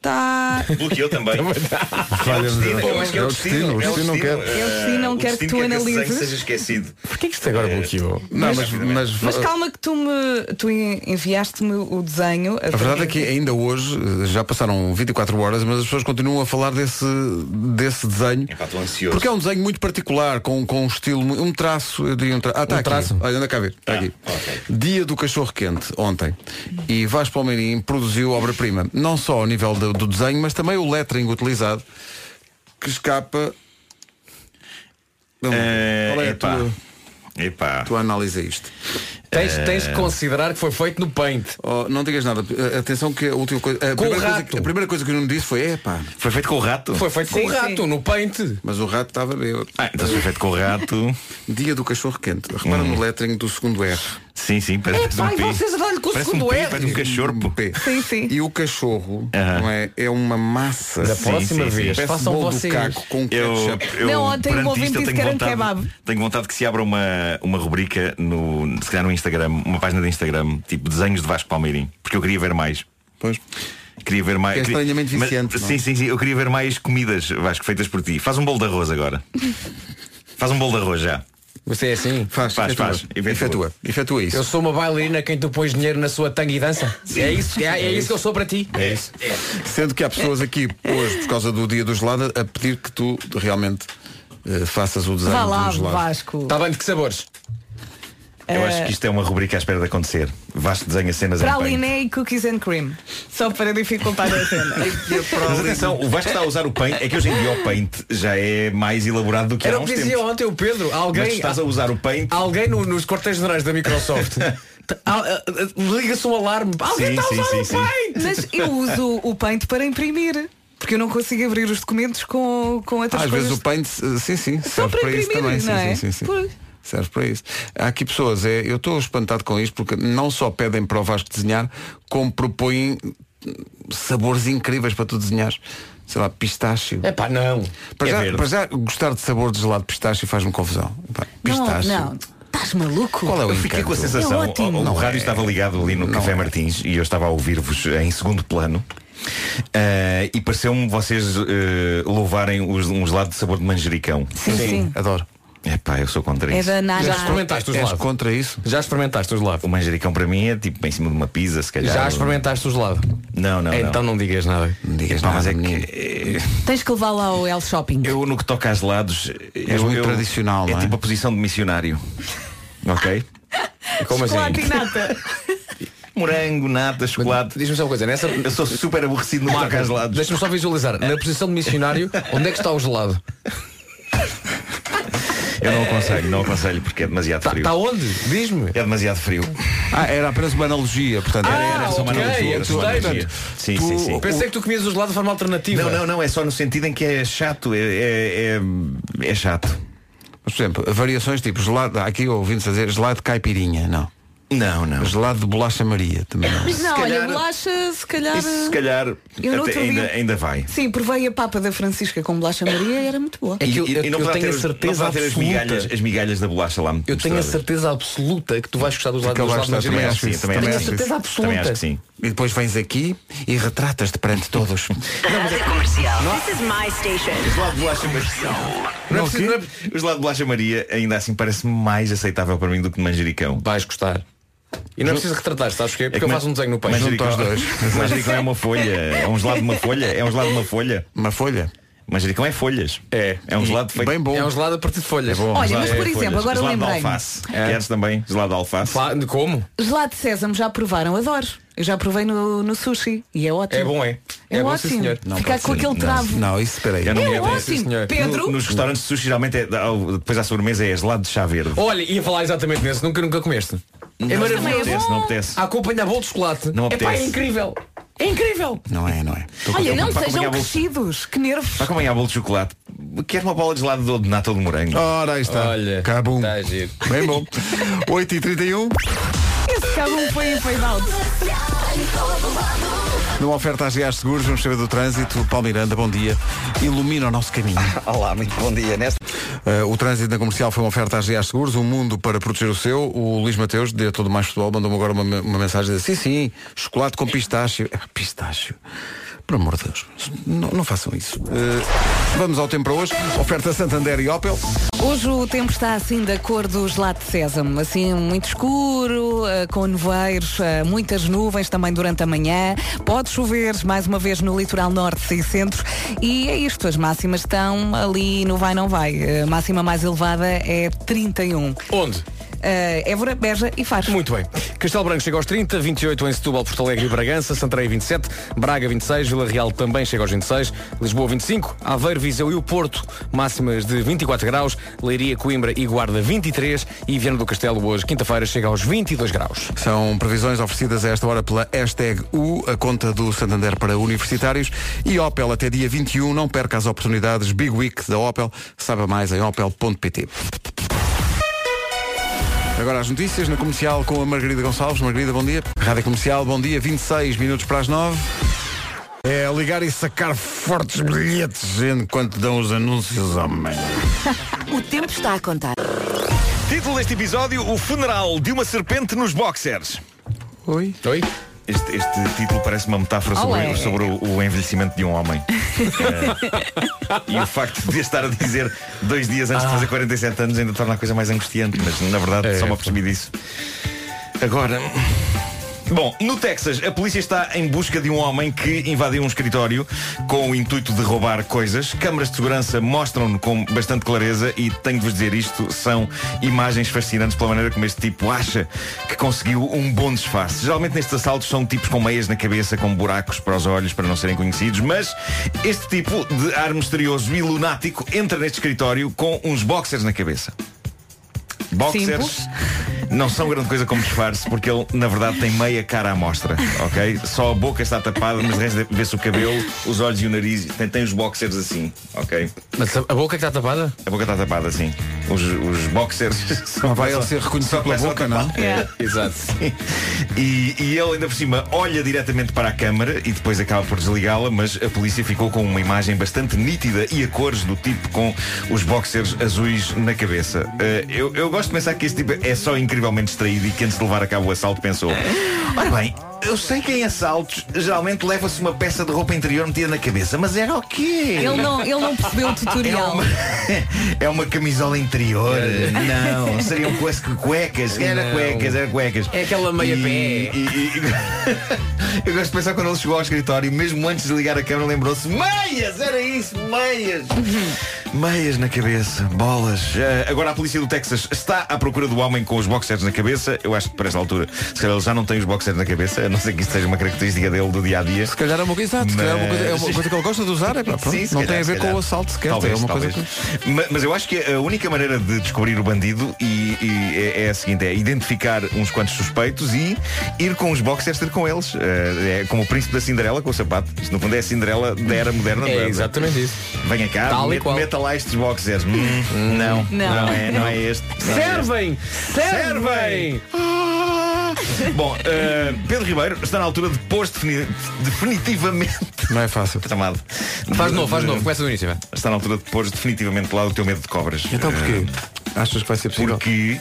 [SPEAKER 3] Tá. Está.
[SPEAKER 10] Bloqueou também. é o destino, eu acho que é o destino.
[SPEAKER 1] O
[SPEAKER 10] é o
[SPEAKER 1] destino não quer.
[SPEAKER 10] Eh,
[SPEAKER 3] O destino não quer que
[SPEAKER 10] o destino
[SPEAKER 3] tu
[SPEAKER 10] quer esse desenho
[SPEAKER 3] analises.
[SPEAKER 10] seja esquecido.
[SPEAKER 7] Porquê que isto agora
[SPEAKER 10] É.
[SPEAKER 7] bloqueou?
[SPEAKER 1] Não, mas, mas, eh,
[SPEAKER 3] Mas calma que tu me tu en- enviaste-me o desenho.
[SPEAKER 1] A verdade é que ainda hoje, eh, já passaram 24 horas, mas as pessoas continuam a falar desse, desse desenho.
[SPEAKER 10] Epá, estou ansioso.
[SPEAKER 1] Porque é um desenho muito particular, com, com um estilo, mu- um traço, eu diria um traço. Ah, está
[SPEAKER 7] Um
[SPEAKER 1] aqui.
[SPEAKER 7] traço.
[SPEAKER 1] Olha, anda cá ver. Está
[SPEAKER 10] Ah,
[SPEAKER 1] aqui.
[SPEAKER 10] ok.
[SPEAKER 1] Dia do Cachorro Quente, ontem. E Vasco Palmeirim produziu obra-prima, não só ao nível do, do desenho, mas também o lettering utilizado, que escapa. Não,
[SPEAKER 10] Eh,
[SPEAKER 1] Qual é a
[SPEAKER 10] epá.
[SPEAKER 1] tua,
[SPEAKER 10] Epá.
[SPEAKER 1] tua análise a isto?
[SPEAKER 7] Tens, tens
[SPEAKER 10] É.
[SPEAKER 7] que considerar que foi feito no Paint.
[SPEAKER 1] Oh, não digas nada. Eh, Atenção que a última coisa. A, primeira coisa,
[SPEAKER 7] rato.
[SPEAKER 1] que- a primeira coisa que eu não disse foi, epá.
[SPEAKER 10] Foi feito com o rato?
[SPEAKER 7] Foi feito
[SPEAKER 3] Sim,
[SPEAKER 7] com o rato,
[SPEAKER 3] sim.
[SPEAKER 7] no Paint.
[SPEAKER 1] Mas o rato estava bêbado.
[SPEAKER 10] Ah, então se foi feito com o rato.
[SPEAKER 1] Dia do cachorro quente. Repara
[SPEAKER 10] Hum.
[SPEAKER 1] no lettering do segundo R.
[SPEAKER 10] Sim, sim, parece
[SPEAKER 7] Epá,
[SPEAKER 10] um
[SPEAKER 7] e
[SPEAKER 10] pi.
[SPEAKER 7] vocês dão-lhe com o
[SPEAKER 10] parece
[SPEAKER 7] segundo
[SPEAKER 10] um pi,
[SPEAKER 7] R.
[SPEAKER 10] Parece um cachorro. pô.
[SPEAKER 1] P.
[SPEAKER 3] Sim, sim.
[SPEAKER 1] E o cachorro
[SPEAKER 10] Aham.
[SPEAKER 1] não é, é uma massa.
[SPEAKER 7] Da
[SPEAKER 1] Sim.
[SPEAKER 7] próxima
[SPEAKER 10] sim, sim.
[SPEAKER 7] vez,
[SPEAKER 1] Parece um
[SPEAKER 7] façam
[SPEAKER 1] bolo
[SPEAKER 7] vocês.
[SPEAKER 1] do caco com
[SPEAKER 10] Eu,
[SPEAKER 1] ketchup.
[SPEAKER 10] eu,
[SPEAKER 3] Não, ontem o
[SPEAKER 10] perante
[SPEAKER 3] ouvinte
[SPEAKER 10] isto, eu
[SPEAKER 3] disse
[SPEAKER 10] tenho
[SPEAKER 3] que era um
[SPEAKER 10] vontade-
[SPEAKER 3] kebab.
[SPEAKER 10] Tenho vontade que se abra uma, uma rubrica, no, se calhar no Instagram, uma página do Instagram, tipo desenhos de Vasco Palmeirim, porque eu queria ver mais.
[SPEAKER 1] Pois.
[SPEAKER 10] Queria ver mais.
[SPEAKER 1] Que é
[SPEAKER 10] queria-
[SPEAKER 1] estranhamente viciante, não é?
[SPEAKER 10] Sim, sim, sim. Eu queria ver mais comidas, Vasco, feitas por ti. Faz um bolo de arroz agora. faz um bolo de arroz já.
[SPEAKER 7] Você é assim?
[SPEAKER 1] Faz,
[SPEAKER 10] Faz,
[SPEAKER 1] efetua.
[SPEAKER 10] faz.
[SPEAKER 1] Efetua. Efetua,
[SPEAKER 10] Efetua.
[SPEAKER 1] isso.
[SPEAKER 7] Eu sou uma bailarina quem tu pões dinheiro na sua tanga e dança. É isso, é, é isso que eu sou para ti.
[SPEAKER 10] É isso.
[SPEAKER 1] Sendo que há pessoas aqui hoje, por causa do dia do gelado, a pedir que tu realmente eh, faças o desenho
[SPEAKER 3] Vá lá,
[SPEAKER 1] do gelado.
[SPEAKER 3] Vasco.
[SPEAKER 7] Está Tá bem de que sabores?
[SPEAKER 3] Eh,
[SPEAKER 10] Eu acho que isto é uma rubrica à espera de acontecer. Vasco desenha cenas em paint.
[SPEAKER 3] Praliné e cookies and cream. Só para dificultar a cena.
[SPEAKER 10] Mas atenção, o Vasco está a usar o paint. É que hoje em dia o paint já é mais elaborado do que
[SPEAKER 7] Era
[SPEAKER 10] há
[SPEAKER 7] o
[SPEAKER 10] uns
[SPEAKER 7] que
[SPEAKER 10] tempos.
[SPEAKER 7] dizia ontem o Pedro.
[SPEAKER 10] Mas tu
[SPEAKER 7] Alguém,
[SPEAKER 10] estás a usar o paint.
[SPEAKER 7] alguém no- nos corteios generais da Microsoft. tá- al- ah, ah, Liga-se um alarme. Alguém
[SPEAKER 10] Sim,
[SPEAKER 7] está a
[SPEAKER 10] sim,
[SPEAKER 7] usar
[SPEAKER 10] sim,
[SPEAKER 7] o
[SPEAKER 10] sim.
[SPEAKER 7] Paint!
[SPEAKER 3] Mas eu uso o Paint para imprimir. Porque eu não consigo abrir os documentos com, com outras
[SPEAKER 1] Às
[SPEAKER 3] coisas.
[SPEAKER 1] vezes o paint, eh, sim, sim,
[SPEAKER 3] Só
[SPEAKER 1] serve
[SPEAKER 3] para
[SPEAKER 1] para, isso
[SPEAKER 3] imprimir,
[SPEAKER 1] também. Sim,
[SPEAKER 3] não
[SPEAKER 1] sim,
[SPEAKER 3] é?
[SPEAKER 1] sim, sim.
[SPEAKER 3] Pois.
[SPEAKER 1] Serve para isso. Há aqui pessoas, é, eu estou espantado com isto porque não só pedem para o Vasco desenhar, como propõem sabores incríveis para tu desenhares. Sei lá, pistácio.
[SPEAKER 7] É pá, não.
[SPEAKER 1] para,
[SPEAKER 10] é
[SPEAKER 1] já,
[SPEAKER 10] verde.
[SPEAKER 1] para já, gostar de sabor de gelado de pistácio faz-me confusão. Pá, pistácio.
[SPEAKER 3] Não, não. Estás maluco?
[SPEAKER 1] assim. Qual é o
[SPEAKER 10] Eu fiquei
[SPEAKER 1] encanto?
[SPEAKER 10] com a sensação,
[SPEAKER 3] É ótimo.
[SPEAKER 10] o, o
[SPEAKER 3] Não
[SPEAKER 10] rádio estava ligado ali no
[SPEAKER 1] é.
[SPEAKER 10] Café Martins e eu estava a ouvir-vos em segundo plano. eh, e pareceu-me vocês eh, louvarem os, um gelado de sabor de manjericão.
[SPEAKER 3] Sim, sim.
[SPEAKER 1] Adoro.
[SPEAKER 10] Epá, eu sou contra
[SPEAKER 3] É
[SPEAKER 10] isso.
[SPEAKER 3] da
[SPEAKER 7] Já
[SPEAKER 3] Nana.
[SPEAKER 7] experimentaste os
[SPEAKER 1] És
[SPEAKER 7] lados?
[SPEAKER 1] contra isso?
[SPEAKER 7] Já experimentaste os lados?
[SPEAKER 10] O manjericão para mim é tipo em cima de uma pizza, se calhar.
[SPEAKER 7] Já experimentaste os lados?
[SPEAKER 10] Não, não,
[SPEAKER 7] Então
[SPEAKER 10] não.
[SPEAKER 7] não digas nada.
[SPEAKER 1] Não digas
[SPEAKER 10] Epá,
[SPEAKER 1] nada,
[SPEAKER 10] mas é
[SPEAKER 1] menino.
[SPEAKER 10] que eh,
[SPEAKER 3] Tens que levar lá ao El Shopping.
[SPEAKER 10] eu no que toca a gelados
[SPEAKER 1] És
[SPEAKER 10] eu-
[SPEAKER 1] muito
[SPEAKER 10] eu-
[SPEAKER 1] tradicional,
[SPEAKER 10] É
[SPEAKER 1] não é?
[SPEAKER 10] tipo a posição de missionário. ok?
[SPEAKER 7] Como assim?
[SPEAKER 3] Chocolate e nata.
[SPEAKER 10] Morango, nata, chocolate.
[SPEAKER 7] Diz-me só uma coisa, nessa.
[SPEAKER 10] Eu sou super aborrecido no que toca a
[SPEAKER 7] Marco,
[SPEAKER 10] gelados.
[SPEAKER 7] Deixa-me só visualizar. Na posição de missionário, onde é que está o gelado?
[SPEAKER 10] Eu não aconselho, não aconselho porque é demasiado frio.
[SPEAKER 7] Está onde? Diz-me.
[SPEAKER 10] É demasiado frio.
[SPEAKER 1] Ah, era apenas uma analogia, portanto.
[SPEAKER 10] Era, era só uma
[SPEAKER 7] ok,
[SPEAKER 10] analogia. era só uma
[SPEAKER 7] ok.
[SPEAKER 10] analogia. Sim, sim, sim.
[SPEAKER 7] Pensei que é tu comias os gelados de forma alternativa.
[SPEAKER 10] Não, não, não, é só no sentido em que é chato, é, é, é- é chato.
[SPEAKER 1] Mas, por exemplo, variações tipo gelado, há aqui ouvindo-se dizer gelado de caipirinha, não.
[SPEAKER 10] Não, não.
[SPEAKER 1] Gelado de bolacha Maria também não.
[SPEAKER 3] Mas não,
[SPEAKER 10] Se
[SPEAKER 3] olha,
[SPEAKER 10] calhar-
[SPEAKER 3] bolacha, se calhar.
[SPEAKER 10] Isso se calhar
[SPEAKER 3] Eu no
[SPEAKER 10] até
[SPEAKER 3] outro
[SPEAKER 10] ainda,
[SPEAKER 3] dia-
[SPEAKER 10] ainda vai.
[SPEAKER 3] Sim, provei a papa da Francisca com bolacha Maria e era muito boa.
[SPEAKER 7] É que eu- eu
[SPEAKER 10] poderá
[SPEAKER 7] tenho a
[SPEAKER 10] ter, os-
[SPEAKER 7] certeza
[SPEAKER 10] não poderá ter as
[SPEAKER 7] absoluta.
[SPEAKER 10] migalhas, as migalhas da bolacha lá
[SPEAKER 7] Eu tenho a certeza absoluta que tu vais gostar dos lados
[SPEAKER 1] eu
[SPEAKER 7] dos lados
[SPEAKER 1] gosto
[SPEAKER 7] mas
[SPEAKER 10] também
[SPEAKER 7] eu
[SPEAKER 10] acho que sim, também
[SPEAKER 7] Tenho
[SPEAKER 10] acho
[SPEAKER 7] a
[SPEAKER 10] que sim.
[SPEAKER 7] certeza
[SPEAKER 10] Também acho
[SPEAKER 7] absoluta.
[SPEAKER 10] que sim.
[SPEAKER 1] é E depois vens aqui e retratas-te perante todos.
[SPEAKER 4] Rádio Comercial. This is my station.
[SPEAKER 10] Os lados de bolacha Maria. Não é
[SPEAKER 1] Não, o
[SPEAKER 10] preciso-
[SPEAKER 1] quê?
[SPEAKER 10] não é- Os lados de bolacha Maria ainda assim parece mais aceitável para mim do que manjericão.
[SPEAKER 7] Vais gostar. E não é preciso retratar, sabes quê? Porque
[SPEAKER 10] é que
[SPEAKER 7] eu
[SPEAKER 10] man-
[SPEAKER 7] faço um desenho no peixe.
[SPEAKER 10] Manjericão,
[SPEAKER 1] aos dois.
[SPEAKER 10] manjericão é uma folha. É um gelado de uma folha. É um gelado de uma folha.
[SPEAKER 1] Uma folha.
[SPEAKER 10] Manjericão é folhas.
[SPEAKER 7] É.
[SPEAKER 10] É um gelado feito.
[SPEAKER 1] Bem bom.
[SPEAKER 7] É um gelado a partir de folhas.
[SPEAKER 10] bom,
[SPEAKER 3] Olha,
[SPEAKER 10] gelado
[SPEAKER 3] mas
[SPEAKER 10] de
[SPEAKER 3] por exemplo, agora
[SPEAKER 10] gelado de
[SPEAKER 3] lembrei-me. É.
[SPEAKER 10] alface. Queres também? Gelado de alface.
[SPEAKER 7] Fa- de Como?
[SPEAKER 3] Gelado de sésamo já provaram, adoro. Eu já provei no, no sushi e é ótimo.
[SPEAKER 7] É bom, é.
[SPEAKER 3] É,
[SPEAKER 7] É bom, sim,
[SPEAKER 3] ótimo.
[SPEAKER 7] senhor.
[SPEAKER 3] Não Ficar com aquele travo.
[SPEAKER 1] Não, isso espera aí.
[SPEAKER 10] Eu não
[SPEAKER 3] É
[SPEAKER 10] me lembro.
[SPEAKER 7] sim,
[SPEAKER 3] ótimo.
[SPEAKER 7] senhor.
[SPEAKER 3] Pedro,
[SPEAKER 10] Nos restaurantes de sushi geralmente é, depois à sobremesa é gelado de chá verde.
[SPEAKER 7] Olha, ia falar exatamente nesse. Nunca, nunca comeste. É
[SPEAKER 10] Não
[SPEAKER 7] maravilhoso.
[SPEAKER 10] apetece, não apetece.
[SPEAKER 7] A acompanhar bolo de chocolate.
[SPEAKER 10] Não
[SPEAKER 7] é pá, é
[SPEAKER 10] apetece.
[SPEAKER 7] incrível. É incrível.
[SPEAKER 1] Não é, não é.
[SPEAKER 3] olha,
[SPEAKER 10] com-
[SPEAKER 3] não
[SPEAKER 10] para
[SPEAKER 3] sejam
[SPEAKER 10] acompanhar o-
[SPEAKER 3] crescidos. Que nervos.
[SPEAKER 10] Para acompanhar bolo de chocolate, quer uma bola de gelado de ovo de nata ou de morango?
[SPEAKER 1] Ora, aí está.
[SPEAKER 7] Olha,
[SPEAKER 1] Cabum.
[SPEAKER 7] está giro.
[SPEAKER 1] Bem bom. 8h31,
[SPEAKER 3] Esse cabo foi foi balde.
[SPEAKER 1] numa oferta às GAS Seguros, vamos saber do trânsito. Paulo Miranda, bom dia. Ilumina o nosso caminho.
[SPEAKER 2] Olá, muito bom dia. Nesta...
[SPEAKER 1] Uh, o trânsito na comercial foi uma oferta às GAS Seguros, um mundo para proteger o seu. O Luís Mateus, diretor do Mais Futebol, mandou-me agora uma, uma mensagem assim, sim, sim, chocolate com pistácio. É, pistácio. Por amor de Deus, não, não façam isso. Uh, vamos ao tempo para hoje. Oferta Santander e Opel.
[SPEAKER 3] Hoje o tempo está assim da cor do gelado de sésamo, assim muito escuro, eh, com nevoeiros, eh, muitas nuvens também durante a manhã. Pode chover mais uma vez no litoral norte e centro. E é isto, as máximas estão ali no vai não vai. A máxima mais elevada é 31.
[SPEAKER 7] Onde?
[SPEAKER 3] Eh, Évora, Beja e Faro.
[SPEAKER 7] Muito bem. Castelo Branco chega aos 30, 28 em Setúbal, Porto Alegre e Bragança, Santarém 27, Braga 26, Vila Real também chega aos 26, Lisboa 25, Aveiro, Viseu e o Porto, máximas de 24 graus, Leiria, Coimbra e Guarda 23 e Viana do Castelo hoje, quinta-feira, chega aos 22 graus.
[SPEAKER 1] São previsões oferecidas a esta hora pela hashtag U, a conta do Santander para universitários. E Opel até dia 21, não perca as oportunidades. Big Week da Opel. Saiba mais em opel.pt. Agora as notícias na comercial com a Margarida Gonçalves. Margarida, bom dia. Rádio Comercial, bom dia. 26 minutos para as 9. É ligar e sacar fortes bilhetes enquanto dão os anúncios, homem.
[SPEAKER 4] O tempo está a contar.
[SPEAKER 10] Título deste episódio: O funeral de uma serpente nos boxers.
[SPEAKER 1] Oi?
[SPEAKER 7] Oi?
[SPEAKER 10] Este, este título parece uma metáfora
[SPEAKER 3] Olé.
[SPEAKER 10] sobre, sobre o, o envelhecimento de um homem. Eh, e o facto de estar a dizer dois dias antes de fazer 47 anos ainda torna a coisa mais angustiante, mas na verdade só me apercebi disso. Agora. Bom, no Texas, a polícia está em busca de um homem que invadiu um escritório com o intuito de roubar coisas. Câmaras de segurança mostram-no com bastante clareza e tenho de vos dizer isto, são imagens fascinantes pela maneira como este tipo acha que conseguiu um bom disfarce. Geralmente nestes assaltos são tipos com meias na cabeça, com buracos para os olhos para não serem conhecidos, mas este tipo de ar misterioso e lunático entra neste escritório com uns boxers na cabeça. Boxers
[SPEAKER 3] Simples.
[SPEAKER 10] não são grande coisa como disfarce, porque ele, na verdade, tem meia cara à mostra, ok? Só a boca está tapada, mas de resto vê-se o cabelo, os olhos e o nariz. Tem, tem os boxers assim, ok?
[SPEAKER 7] Mas a a boca que está tapada?
[SPEAKER 10] A boca está tapada assim. Os, os boxers só
[SPEAKER 1] vai ele
[SPEAKER 10] só-
[SPEAKER 1] ser reconhecido
[SPEAKER 10] só
[SPEAKER 1] pela
[SPEAKER 10] começam a
[SPEAKER 1] boca,
[SPEAKER 10] tapar.
[SPEAKER 1] não?
[SPEAKER 10] É.
[SPEAKER 7] Exato.
[SPEAKER 10] E, e ele ainda por cima olha diretamente para a câmara e depois acaba por desligá-la, mas a polícia ficou com uma imagem bastante nítida e a cores do tipo com os boxers azuis na cabeça. Eh, eu, eu gosto de pensar que este tipo é só incrivelmente distraído e que antes de levar a cabo o assalto pensou. Ora bem, eu sei que em assaltos geralmente leva-se uma peça de roupa interior metida na cabeça, mas era o quê?
[SPEAKER 3] Ele não, ele não percebeu o
[SPEAKER 10] É
[SPEAKER 3] tutorial.
[SPEAKER 10] uma, é uma camisola interior. Não, seriam cuecas. cuecas. Era
[SPEAKER 7] É, Não.
[SPEAKER 10] cuecas, era cuecas.
[SPEAKER 7] É aquela meia
[SPEAKER 10] E-
[SPEAKER 7] pé.
[SPEAKER 10] e- e- eu gosto de pensar quando ele chegou ao escritório, mesmo antes de ligar a câmera, lembrou-se: meias! Era isso, meias!
[SPEAKER 7] Uhum.
[SPEAKER 10] Meias na cabeça, bolas. Ah, agora a polícia do Texas está à procura do homem com os boxers na cabeça. Eu acho que para esta altura, se calhar ele já não tem os boxers na cabeça, a não ser que isto seja uma característica dele do dia a dia.
[SPEAKER 6] Se calhar é uma coisa, exato, se calhar é uma coisa, é uma
[SPEAKER 10] Mas-
[SPEAKER 6] coisa que ele gosta de usar, é pá, pronto.
[SPEAKER 10] Sim, se
[SPEAKER 6] não
[SPEAKER 10] calhar,
[SPEAKER 6] tem a
[SPEAKER 10] se
[SPEAKER 6] ver com
[SPEAKER 10] calhar.
[SPEAKER 6] o assalto sequer,
[SPEAKER 10] Talvez,
[SPEAKER 6] é uma
[SPEAKER 10] talvez.
[SPEAKER 6] coisa que...
[SPEAKER 10] Ma- Mas eu acho que a única maneira de descobrir o bandido e- e é, é a seguinte, é identificar uns quantos suspeitos e ir com os boxers ter com eles. Eh, é como o príncipe da Cinderela com o sapato. Isto no fundo é a Cinderela da era moderna.
[SPEAKER 7] É
[SPEAKER 10] não
[SPEAKER 7] exatamente isso.
[SPEAKER 10] Venha cá,
[SPEAKER 7] Tal e
[SPEAKER 10] met-
[SPEAKER 7] qual.
[SPEAKER 10] meta lá estes boxers. Hum, não,
[SPEAKER 7] Não.
[SPEAKER 10] não, é, não é este. não é este.
[SPEAKER 7] Servem! Servem!
[SPEAKER 10] Bom, eh, Pedro Ribeiro está na altura de pôr defini- definitivamente.
[SPEAKER 6] Não é fácil.
[SPEAKER 10] Tramado.
[SPEAKER 11] Faz novo, faz novo,
[SPEAKER 10] começa do início, Está na altura de pôr definitivamente de lado o teu medo de cobras. Eh,
[SPEAKER 6] Então porquê? Achas que vai ser possível?
[SPEAKER 10] Porque,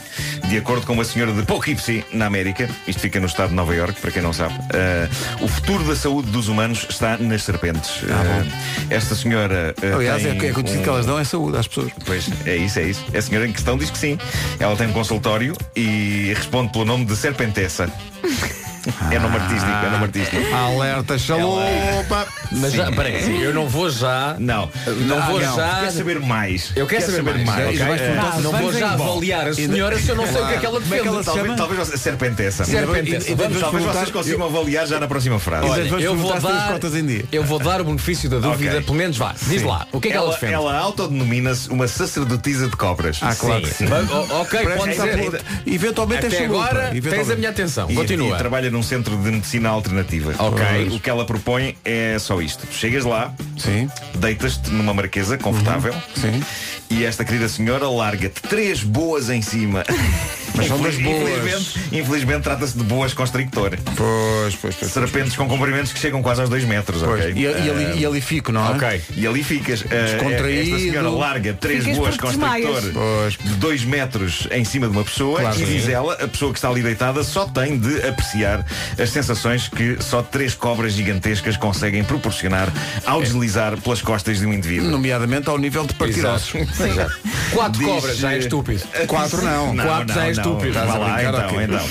[SPEAKER 10] de acordo com uma senhora de Poughkeepsie, na América, isto fica no estado de Nova Iorque, para quem não sabe, eh, o futuro da saúde dos humanos está nas serpentes. Eh, esta senhora. eh,
[SPEAKER 6] Ah, Aliás, é,
[SPEAKER 10] tem
[SPEAKER 6] é conhecido que
[SPEAKER 10] um-
[SPEAKER 6] elas dão é saúde às pessoas.
[SPEAKER 10] Pois, é isso, é isso. A senhora em questão diz que sim. Ela tem um consultório e responde pelo nome de Serpentessa. É nome artístico, é nome artístico.
[SPEAKER 6] Alerta, chalupa!
[SPEAKER 7] Mas já, peraí, eu não vou já.
[SPEAKER 10] Não,
[SPEAKER 6] Ah,
[SPEAKER 7] Não vou já.
[SPEAKER 10] Quer saber mais?
[SPEAKER 7] Eu quero saber mais, ok?
[SPEAKER 10] ok?
[SPEAKER 7] Eh, não vou já avaliar a senhora se eu não sei o que é que ela
[SPEAKER 10] Como
[SPEAKER 7] defende.
[SPEAKER 10] se talvez, talvez você- é Serpentessa.
[SPEAKER 7] Serpentessa.
[SPEAKER 10] Talvez-
[SPEAKER 7] Vamos
[SPEAKER 10] Talvez
[SPEAKER 7] perguntar-
[SPEAKER 10] vocês consigam avaliar já na próxima frase.
[SPEAKER 7] Olha, eu vou dar, eu vou dar o benefício da dúvida,
[SPEAKER 10] Ok.
[SPEAKER 7] pelo menos vá. Diz
[SPEAKER 10] Sim.
[SPEAKER 7] lá, o que é que ela,
[SPEAKER 10] ela
[SPEAKER 7] defende?
[SPEAKER 10] Ela autodenomina-se uma sacerdotisa de cobras.
[SPEAKER 7] Ah, claro Sim. que sim. Bem, o- ok,
[SPEAKER 10] Parece
[SPEAKER 7] pode
[SPEAKER 10] que
[SPEAKER 7] ser.
[SPEAKER 10] ainda-
[SPEAKER 7] Eventualmente Até é chalupa. agora, tens Eventualmente. a minha atenção.
[SPEAKER 10] E-
[SPEAKER 7] Continua.
[SPEAKER 10] E trabalha num centro de medicina alternativa.
[SPEAKER 7] Ok.
[SPEAKER 10] O que ela propõe é só isto. Chegas lá, deitas-te numa marquesa
[SPEAKER 7] Uhum.
[SPEAKER 10] confortável e esta querida senhora larga-te três boas em cima.
[SPEAKER 6] Mas são das boas.
[SPEAKER 10] Infelizmente, infelizmente trata-se de boas constrictor.
[SPEAKER 6] Pois, pois, pois.
[SPEAKER 10] Serpentes com comprimentos que chegam quase aos dois metros,
[SPEAKER 6] Pois,
[SPEAKER 10] ok?
[SPEAKER 6] e- e ali-
[SPEAKER 10] Ah,
[SPEAKER 6] e ali fico, não é?
[SPEAKER 10] Ok. E ali ficas. ah,
[SPEAKER 6] Descontraído.
[SPEAKER 10] Esta senhora larga três
[SPEAKER 6] Ficas
[SPEAKER 10] boas
[SPEAKER 6] porque desmaias.
[SPEAKER 10] constrictor de dois metros em cima de uma pessoa
[SPEAKER 6] Claro
[SPEAKER 10] e
[SPEAKER 6] que
[SPEAKER 10] diz
[SPEAKER 6] sim.
[SPEAKER 10] ela, a pessoa que está ali deitada só tem de apreciar as sensações que só três cobras gigantescas conseguem proporcionar ao
[SPEAKER 7] É.
[SPEAKER 10] deslizar pelas costas de um indivíduo.
[SPEAKER 6] Nomeadamente ao nível de partir
[SPEAKER 10] Exato.
[SPEAKER 6] ossos.
[SPEAKER 10] Sim. Exato.
[SPEAKER 7] Quatro
[SPEAKER 10] Diz,
[SPEAKER 7] cobras já é
[SPEAKER 10] eh,
[SPEAKER 7] estúpido.
[SPEAKER 6] Quatro não.
[SPEAKER 7] Quatro já é estúpido.
[SPEAKER 10] Vá
[SPEAKER 7] Estás a
[SPEAKER 10] lá,
[SPEAKER 7] brincar,
[SPEAKER 10] então,
[SPEAKER 7] ok.
[SPEAKER 10] então.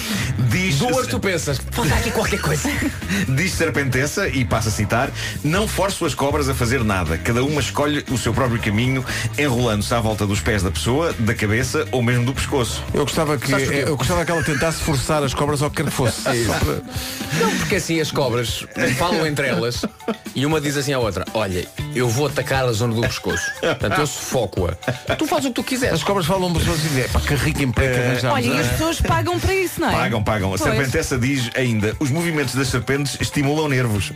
[SPEAKER 10] Diz,
[SPEAKER 7] Duas tu pensas, falta aqui qualquer coisa.
[SPEAKER 10] Diz Serpentessa, e passo a citar, não forço as cobras a fazer nada. Cada uma escolhe o seu próprio caminho, enrolando-se à volta dos pés da pessoa, da cabeça ou mesmo do pescoço.
[SPEAKER 6] Eu gostava que,
[SPEAKER 10] Sabes porquê?
[SPEAKER 6] eu gostava que ela tentasse forçar as cobras ao que quer que fosse.
[SPEAKER 7] É isso.
[SPEAKER 6] Só para-
[SPEAKER 7] Não, porque assim as cobras falam entre elas e uma diz assim à outra, olha, eu vou atacar a zona do pescoço. Portanto, eu sufoco-a. Tu fazes o que tu quiseres.
[SPEAKER 6] As cobras falam pessoas e dizem, pá, que rico emprego que
[SPEAKER 10] Eh,
[SPEAKER 6] arranjámos.
[SPEAKER 3] Olha, e as pessoas pagam para isso, não é?
[SPEAKER 10] é? Pagam, pagam. A
[SPEAKER 3] Pois.
[SPEAKER 10] Serpentessa diz ainda, os movimentos das serpentes estimulam nervos.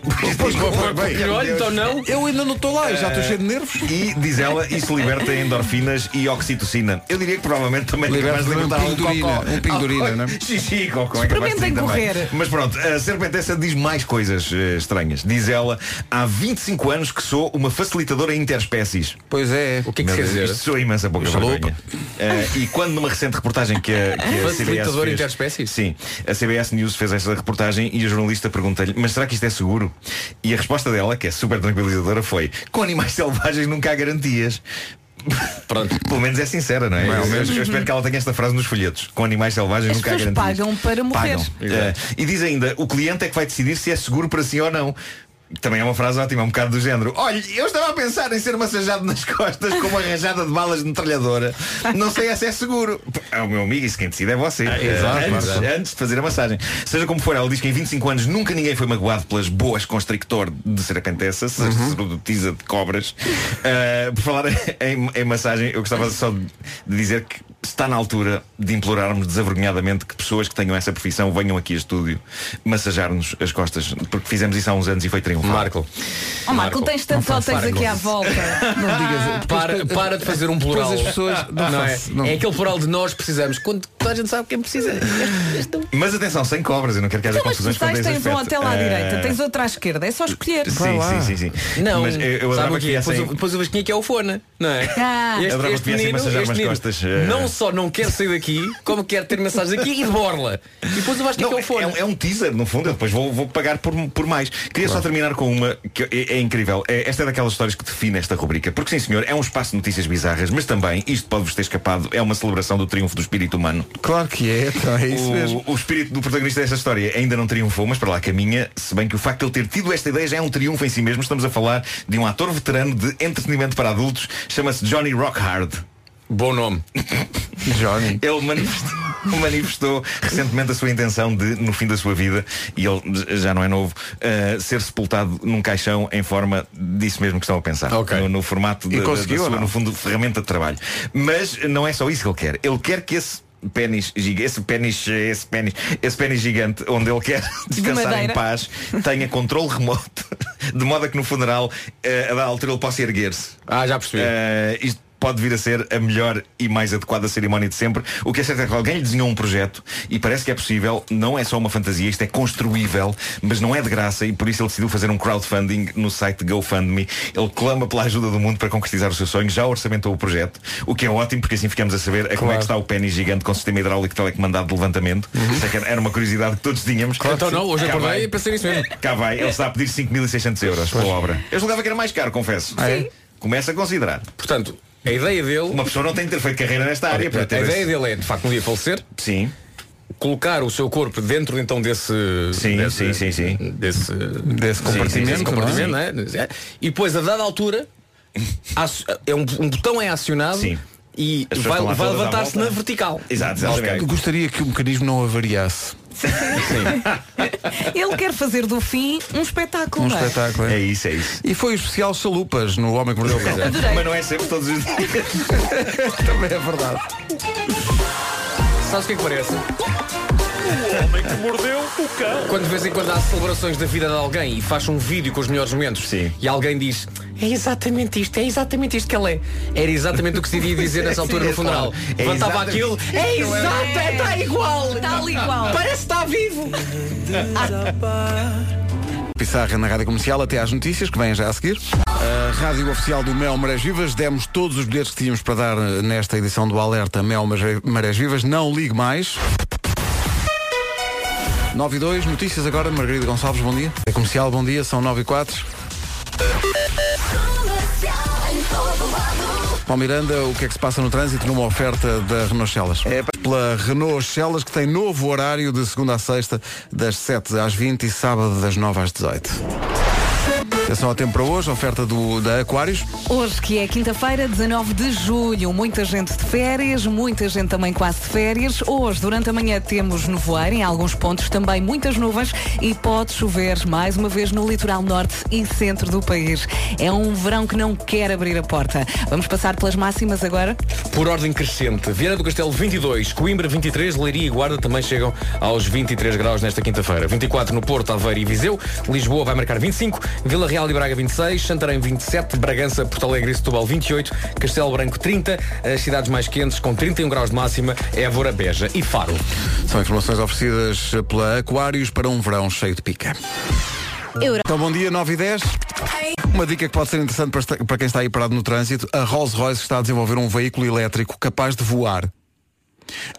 [SPEAKER 6] Olha, então não. Eu ainda não estou lá, e já estou
[SPEAKER 10] Eh,
[SPEAKER 6] cheio de nervos.
[SPEAKER 10] E diz ela, isso liberta endorfinas e oxitocina. Eu diria que provavelmente também
[SPEAKER 6] Liberta
[SPEAKER 10] capaz de
[SPEAKER 6] também um
[SPEAKER 10] libertar algum
[SPEAKER 6] pendurina,
[SPEAKER 10] cocó.
[SPEAKER 6] um pendurina,
[SPEAKER 10] Algum-
[SPEAKER 6] não
[SPEAKER 1] né?
[SPEAKER 6] é?
[SPEAKER 10] Xixi, cocó, é capaz de
[SPEAKER 6] Experimentem
[SPEAKER 10] ser também.
[SPEAKER 6] correr.
[SPEAKER 10] Mas pronto, a Serpentessa diz mais coisas eh, estranhas. Diz ela, há 25 anos que sou uma facilitadora interespécies.
[SPEAKER 6] Pois é.
[SPEAKER 7] O que é que
[SPEAKER 10] Meu
[SPEAKER 7] quer
[SPEAKER 10] Deus,
[SPEAKER 7] dizer?
[SPEAKER 10] Isto sou imensa pouca
[SPEAKER 7] Chalupa.
[SPEAKER 10] vergonha. Eh, e quando numa recente reportagem que a, que a CBS
[SPEAKER 7] Facilitador
[SPEAKER 10] fez-
[SPEAKER 7] interespécies?
[SPEAKER 10] Sim, a CBS News fez essa reportagem e a jornalista pergunta-lhe, mas será que isto é seguro? E a resposta dela, que é super tranquilizadora, foi com animais selvagens nunca há garantias. Pronto. Pelo menos é sincera, não é?
[SPEAKER 6] Mais ou
[SPEAKER 10] Eu-
[SPEAKER 6] menos.
[SPEAKER 10] eu, espero que ela tenha esta frase nos folhetos. Com animais selvagens
[SPEAKER 3] As
[SPEAKER 10] nunca há
[SPEAKER 3] pessoas
[SPEAKER 10] garantias.
[SPEAKER 3] pagam para morrer.
[SPEAKER 10] Pagam. Eh, e diz ainda, o cliente é que vai decidir se é seguro para si ou não. Também é uma frase ótima, um bocado do género. Olha, eu estava a pensar em ser massajado nas costas com uma rajada de balas de metralhadora. Não sei se é seguro. É o meu amigo, isso quem decide é você.
[SPEAKER 6] Ah, exato,
[SPEAKER 10] Eh, antes,
[SPEAKER 6] exato.
[SPEAKER 10] antes de fazer a massagem. Seja como for, ela diz que em 25 anos nunca ninguém foi magoado pelas boas constrictor de serpentessa, ser- serpentisa de cobras. Eh, por falar em, em massagem, eu gostava só de dizer que está na altura de implorarmos desavergonhadamente que pessoas que tenham essa profissão venham aqui a estúdio massajar-nos as costas, porque fizemos isso há uns anos e foi triunfal. Marco.
[SPEAKER 3] Oh, Marco, tens tantos hotéis aqui à volta. Então,
[SPEAKER 6] Não digas.
[SPEAKER 7] Para, para de fazer um plural.
[SPEAKER 6] Depois as pessoas- não
[SPEAKER 7] é?
[SPEAKER 6] faço, não.
[SPEAKER 7] é aquele plural de nós precisamos. Quando toda a gente sabe quem precisa.
[SPEAKER 10] Mas atenção, sem cobras, eu não quero que haja
[SPEAKER 3] Então, mas
[SPEAKER 10] confusões
[SPEAKER 3] tu
[SPEAKER 10] quanto a
[SPEAKER 3] tens,
[SPEAKER 10] esse
[SPEAKER 3] tens um
[SPEAKER 10] aspecto.
[SPEAKER 3] hotel à
[SPEAKER 10] Eh,
[SPEAKER 3] direita, tens outro à esquerda. É só escolher.
[SPEAKER 10] Sim, sim, sim, sim.
[SPEAKER 7] Não,
[SPEAKER 10] Mas eu- eu
[SPEAKER 7] sabe o
[SPEAKER 10] adorava que
[SPEAKER 7] quê?
[SPEAKER 10] viessem-
[SPEAKER 7] Depois, o- depois o Vasquinha que é o fona, não é?
[SPEAKER 3] Ah.
[SPEAKER 10] Eu adorava que viessem massajar-me as costas, eh.
[SPEAKER 7] não só não quer sair daqui, como quer ter mensagens aqui e de borla. E depois o Vasco é que é o fone.
[SPEAKER 10] É, é um teaser, no fundo, eu depois vou, vou pagar por, por mais. Queria só terminar com uma que é, é incrível. É- esta é daquelas histórias que define esta rubrica. Porque sim, senhor, é um espaço de notícias bizarras, mas também, isto pode-vos ter escapado, é uma celebração do triunfo do espírito humano.
[SPEAKER 1] Claro que é, então é isso
[SPEAKER 10] o,
[SPEAKER 1] mesmo.
[SPEAKER 10] o espírito do protagonista desta história ainda não triunfou, mas para lá caminha, se bem que o facto de ele ter tido esta ideia já é um triunfo em si mesmo. Estamos a falar de um ator veterano de entretenimento para adultos, chama-se Johnny Rockhard.
[SPEAKER 7] Bom nome.
[SPEAKER 10] Johnny. Ele manifestou, manifestou recentemente a sua intenção de, no fim da sua vida, e ele já não é novo, uh, ser sepultado num caixão em forma disso mesmo que estão a pensar. No, no formato
[SPEAKER 1] E
[SPEAKER 10] da, da- da
[SPEAKER 1] conseguiu ou
[SPEAKER 10] sua,
[SPEAKER 1] não?
[SPEAKER 10] no fundo, ferramenta de trabalho. Mas não é só isso que ele quer. Ele quer que esse pênis gigante, esse pênis, esse pênis, esse pênis gigante, onde ele quer descansar em
[SPEAKER 11] madeira.
[SPEAKER 10] paz, tenha controle remoto, de modo a que no funeral, eh, a da altura, ele possa erguer-se.
[SPEAKER 7] Ah, já percebi.
[SPEAKER 10] Eh, isto pode vir a ser a melhor e mais adequada cerimónia de sempre. O que é certo é que alguém lhe desenhou um projeto e parece que é possível, não é só uma fantasia, isto é construível, mas não é de graça e por isso ele decidiu fazer um crowdfunding no site GoFundMe. Ele clama pela ajuda do mundo para conquistar o seu sonho, já orçamentou o projeto, o que é ótimo porque assim ficamos a saber a como é
[SPEAKER 7] Claro.
[SPEAKER 10] que está o pênis gigante com sistema hidráulico telecomandado de levantamento. Sei que era uma curiosidade que todos tínhamos.
[SPEAKER 7] Então não, hoje
[SPEAKER 10] Cá
[SPEAKER 7] acordei
[SPEAKER 10] vai.
[SPEAKER 7] e pensei nisso mesmo.
[SPEAKER 10] Cá vai, ele está a pedir 5.600 euros pela obra. Eu julgava que era mais caro, confesso.
[SPEAKER 1] Ah, é?
[SPEAKER 10] Começa a considerar.
[SPEAKER 7] Portanto, a ideia dele.
[SPEAKER 10] Uma pessoa não tem de ter feito carreira nesta área. para
[SPEAKER 7] a
[SPEAKER 10] ter
[SPEAKER 7] ideia
[SPEAKER 10] esse-
[SPEAKER 7] dele é, de facto, um dia falecer.
[SPEAKER 10] Sim.
[SPEAKER 7] Colocar o seu corpo dentro então desse. Sim,
[SPEAKER 10] sim, sim, sim.
[SPEAKER 7] Desse,
[SPEAKER 1] desse compartimento,
[SPEAKER 7] desse
[SPEAKER 1] não é?
[SPEAKER 7] compartimento, não é? É. E depois, a dada altura, asso- é um, um botão é acionado e
[SPEAKER 1] As pessoas
[SPEAKER 7] vai,
[SPEAKER 1] estão lá
[SPEAKER 7] vai
[SPEAKER 1] todas à
[SPEAKER 7] levantar-se na
[SPEAKER 1] volta.
[SPEAKER 7] vertical.
[SPEAKER 1] Eu gostaria que o mecanismo não avariasse.
[SPEAKER 3] Ele quer fazer do fim um espetáculo.
[SPEAKER 1] Um
[SPEAKER 3] não é?
[SPEAKER 1] espetáculo.
[SPEAKER 10] É isso, é isso.
[SPEAKER 1] E foi o especial Chalupas no Homem que Mordeu o Cão.
[SPEAKER 10] Mas não é sempre todos os dias.
[SPEAKER 1] Também é verdade.
[SPEAKER 7] Sabes o que é que parece? O homem que mordeu o cão. Quando de vez em quando há celebrações da vida de alguém e faz um vídeo com os melhores momentos e alguém diz É exatamente isto, é exatamente isto que ele é. Era exatamente o que se devia dizer nessa altura
[SPEAKER 11] Sim,
[SPEAKER 7] no funeral.
[SPEAKER 11] claro. É
[SPEAKER 7] Levantava
[SPEAKER 11] exatamente
[SPEAKER 7] aquilo,
[SPEAKER 11] isto
[SPEAKER 7] é
[SPEAKER 11] que eu era."
[SPEAKER 7] exato, é, está igual.
[SPEAKER 11] Tal igual.
[SPEAKER 7] Parece que está vivo.
[SPEAKER 1] Pissarra na Rádio Comercial até às notícias que vêm já a seguir. A Rádio Oficial do Mel Marés Vivas, demos todos os bilhetes que tínhamos para dar eh, nesta edição do Alerta Mel Maré- Marés Vivas. Não ligue mais. 9 e 2, notícias agora, Margarida Gonçalves, bom dia. É comercial, bom dia, são 9 e 4. Paulo Miranda, o que é que se passa no trânsito numa oferta da Renault Celas? É pela Renault Celas que tem novo horário de segunda a sexta, das 7 às 20 e sábado das 9 às 18. Atenção ao tempo para hoje, oferta do, da Aquários.
[SPEAKER 3] Hoje, que é quinta-feira, 19 de julho, muita gente de férias, muita gente também quase de férias. Hoje, durante a manhã, temos nevoeiro em alguns pontos, também muitas nuvens e pode chover mais uma vez no litoral norte e centro do país. É um verão que não quer abrir a porta. Vamos passar pelas máximas agora?
[SPEAKER 7] Por ordem crescente, Vieira do Castelo 22, Coimbra 23, Leiria e Guarda também chegam aos 23 graus nesta quinta-feira. 24 no Porto, Aveiro e Viseu, Lisboa vai marcar 25, Vila Real e Braga 26, Santarém 27, Bragança, Porto Alegre e Setúbal 28, Castelo Branco 30, as cidades mais quentes com 31 graus de máxima, Évora, Beja e Faro.
[SPEAKER 1] São informações oferecidas pela Aquários para um verão cheio de pica. Então, bom dia, 9 e 10. Uma dica que pode ser interessante para, esta- para quem está aí parado no trânsito. A Rolls-Royce está a desenvolver um veículo elétrico capaz de voar.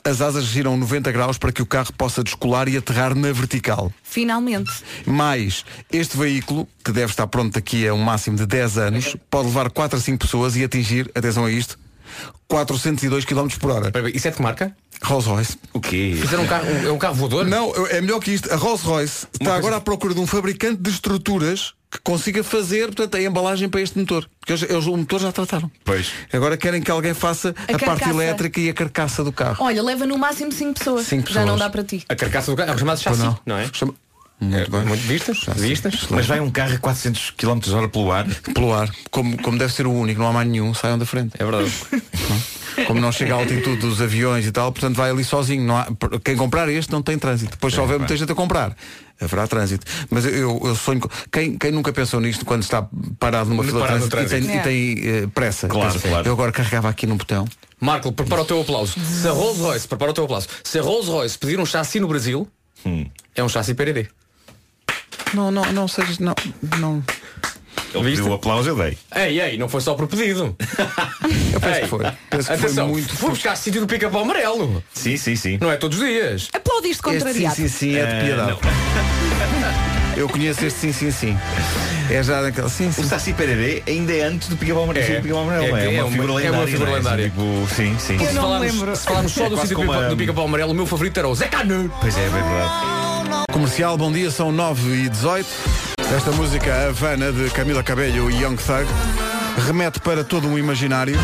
[SPEAKER 1] As asas giram 90 graus para que o carro possa descolar e aterrar na vertical.
[SPEAKER 3] Finalmente.
[SPEAKER 1] Mas este veículo, que deve estar pronto daqui a um máximo de 10 anos, pode levar 4 a 5 pessoas e atingir, atenção a isto, 402 km por hora.
[SPEAKER 7] Isso é de marca?
[SPEAKER 1] Rolls-Royce.
[SPEAKER 10] O quê?
[SPEAKER 7] Fizeram um carro, um- é um carro voador?
[SPEAKER 1] Não, é melhor que isto. A Rolls-Royce está agora à procura de um fabricante de estruturas que consiga fazer portanto, a embalagem para este motor. Porque eles, eles o motor já trataram.
[SPEAKER 10] Pois.
[SPEAKER 1] Agora querem que alguém faça
[SPEAKER 12] A
[SPEAKER 1] a, parte
[SPEAKER 12] carcaça.
[SPEAKER 1] elétrica e a carcaça do carro.
[SPEAKER 12] Olha, leva no máximo 5 pessoas.
[SPEAKER 1] Cinco
[SPEAKER 12] Já não
[SPEAKER 1] pessoas.
[SPEAKER 12] dá para ti.
[SPEAKER 7] A carcaça do carro é o
[SPEAKER 12] Oh,
[SPEAKER 7] chamado
[SPEAKER 1] Pois
[SPEAKER 7] chassi, não,
[SPEAKER 1] não.
[SPEAKER 7] é?
[SPEAKER 1] Muito bem.
[SPEAKER 7] vistas? Vistas?
[SPEAKER 10] Mas vai um carro a 400 km hora pelo ar.
[SPEAKER 1] Pelo ar, como, como deve ser o único, não há mais nenhum, saiam da frente.
[SPEAKER 7] É verdade.
[SPEAKER 1] Como não chega à altitude dos aviões e tal, portanto vai ali sozinho. Não há, por- quem comprar este não tem trânsito. Depois se
[SPEAKER 10] É,
[SPEAKER 1] houver
[SPEAKER 10] pá.
[SPEAKER 1] muita gente a comprar, haverá trânsito. Mas eu- eu, eu sonho. com- Quem, quem nunca pensou nisto quando está parado numa fila de
[SPEAKER 7] Parado no
[SPEAKER 1] trânsito, e tem,
[SPEAKER 7] trânsito.
[SPEAKER 1] e tem, eh, pressa?
[SPEAKER 7] Claro,
[SPEAKER 1] Pensa,
[SPEAKER 7] claro.
[SPEAKER 1] Eu agora carregava aqui num botão.
[SPEAKER 7] Marco, prepara o teu aplauso. Se a Rolls Royce, prepara o teu aplauso. Se a Rolls Royce pedir um chassi no Brasil, é um chassi PRD.
[SPEAKER 1] Não, não, não sejas. Não, não.
[SPEAKER 10] Ele pediu o aplauso, eu dei.
[SPEAKER 7] Ei, ei, não foi só por pedido.
[SPEAKER 1] Eu
[SPEAKER 7] penso que
[SPEAKER 1] foi.
[SPEAKER 10] Penso que foi
[SPEAKER 7] Atenção,
[SPEAKER 10] muito-
[SPEAKER 7] fui buscar sítio do pica-pau amarelo.
[SPEAKER 10] Sim, sim, sim.
[SPEAKER 7] Não é todos os dias.
[SPEAKER 3] Aplaudiste contrariado.
[SPEAKER 1] Sim, sim, sim, é
[SPEAKER 7] Eh,
[SPEAKER 1] de piedade. Eu conheço este sim, sim, sim. É já daquele sim, sim.
[SPEAKER 10] O Saci Pererê ainda é antes do Pica-Pau Amarelo.
[SPEAKER 1] É.
[SPEAKER 10] do Pica-Pau Amarelo.
[SPEAKER 1] É
[SPEAKER 10] É,
[SPEAKER 1] que é
[SPEAKER 10] uma
[SPEAKER 1] uma- é
[SPEAKER 10] figura
[SPEAKER 1] uma
[SPEAKER 10] lendária.
[SPEAKER 1] figura
[SPEAKER 10] não é?
[SPEAKER 1] lendária.
[SPEAKER 10] Tipo, sim, sim.
[SPEAKER 7] se, falarmos, se falarmos só
[SPEAKER 10] É
[SPEAKER 7] do
[SPEAKER 10] quase
[SPEAKER 7] sítio do
[SPEAKER 10] como
[SPEAKER 7] pica-
[SPEAKER 10] uma-
[SPEAKER 7] do pica-pau amarelo, o meu favorito era o Zé Canu.
[SPEAKER 10] Pois é, é verdade.
[SPEAKER 1] Comercial, bom dia, são 9 e 18 Esta música, Havana, de Camila Cabello e Young Thug, remete para todo um imaginário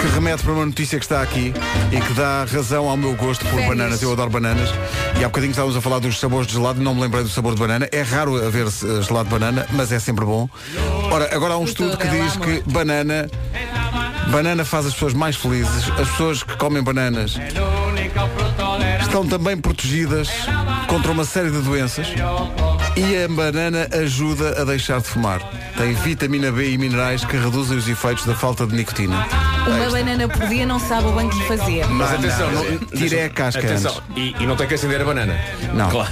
[SPEAKER 1] que remete para uma notícia que está aqui e que dá razão ao meu gosto por
[SPEAKER 6] Férias.
[SPEAKER 1] bananas. Eu adoro bananas. E há bocadinho estávamos a falar dos sabores de gelado, não me lembrei do sabor de banana. É raro haver eh, gelado de banana, mas é sempre bom. Ora, agora há um estudo que diz que banana. Banana faz as pessoas mais felizes. As pessoas que comem bananas estão também protegidas contra uma série de doenças e a banana ajuda a deixar de fumar. Tem vitamina B e minerais que reduzem os efeitos da falta de nicotina.
[SPEAKER 3] Uma banana por dia não sabe o bem que lhe fazia.
[SPEAKER 1] Mas
[SPEAKER 7] Mas atenção,
[SPEAKER 1] não,
[SPEAKER 7] não-
[SPEAKER 1] tirei
[SPEAKER 7] deixa-
[SPEAKER 1] é a casca
[SPEAKER 7] Atenção, e, e não tem que acender a banana.
[SPEAKER 1] Não.
[SPEAKER 10] Claro.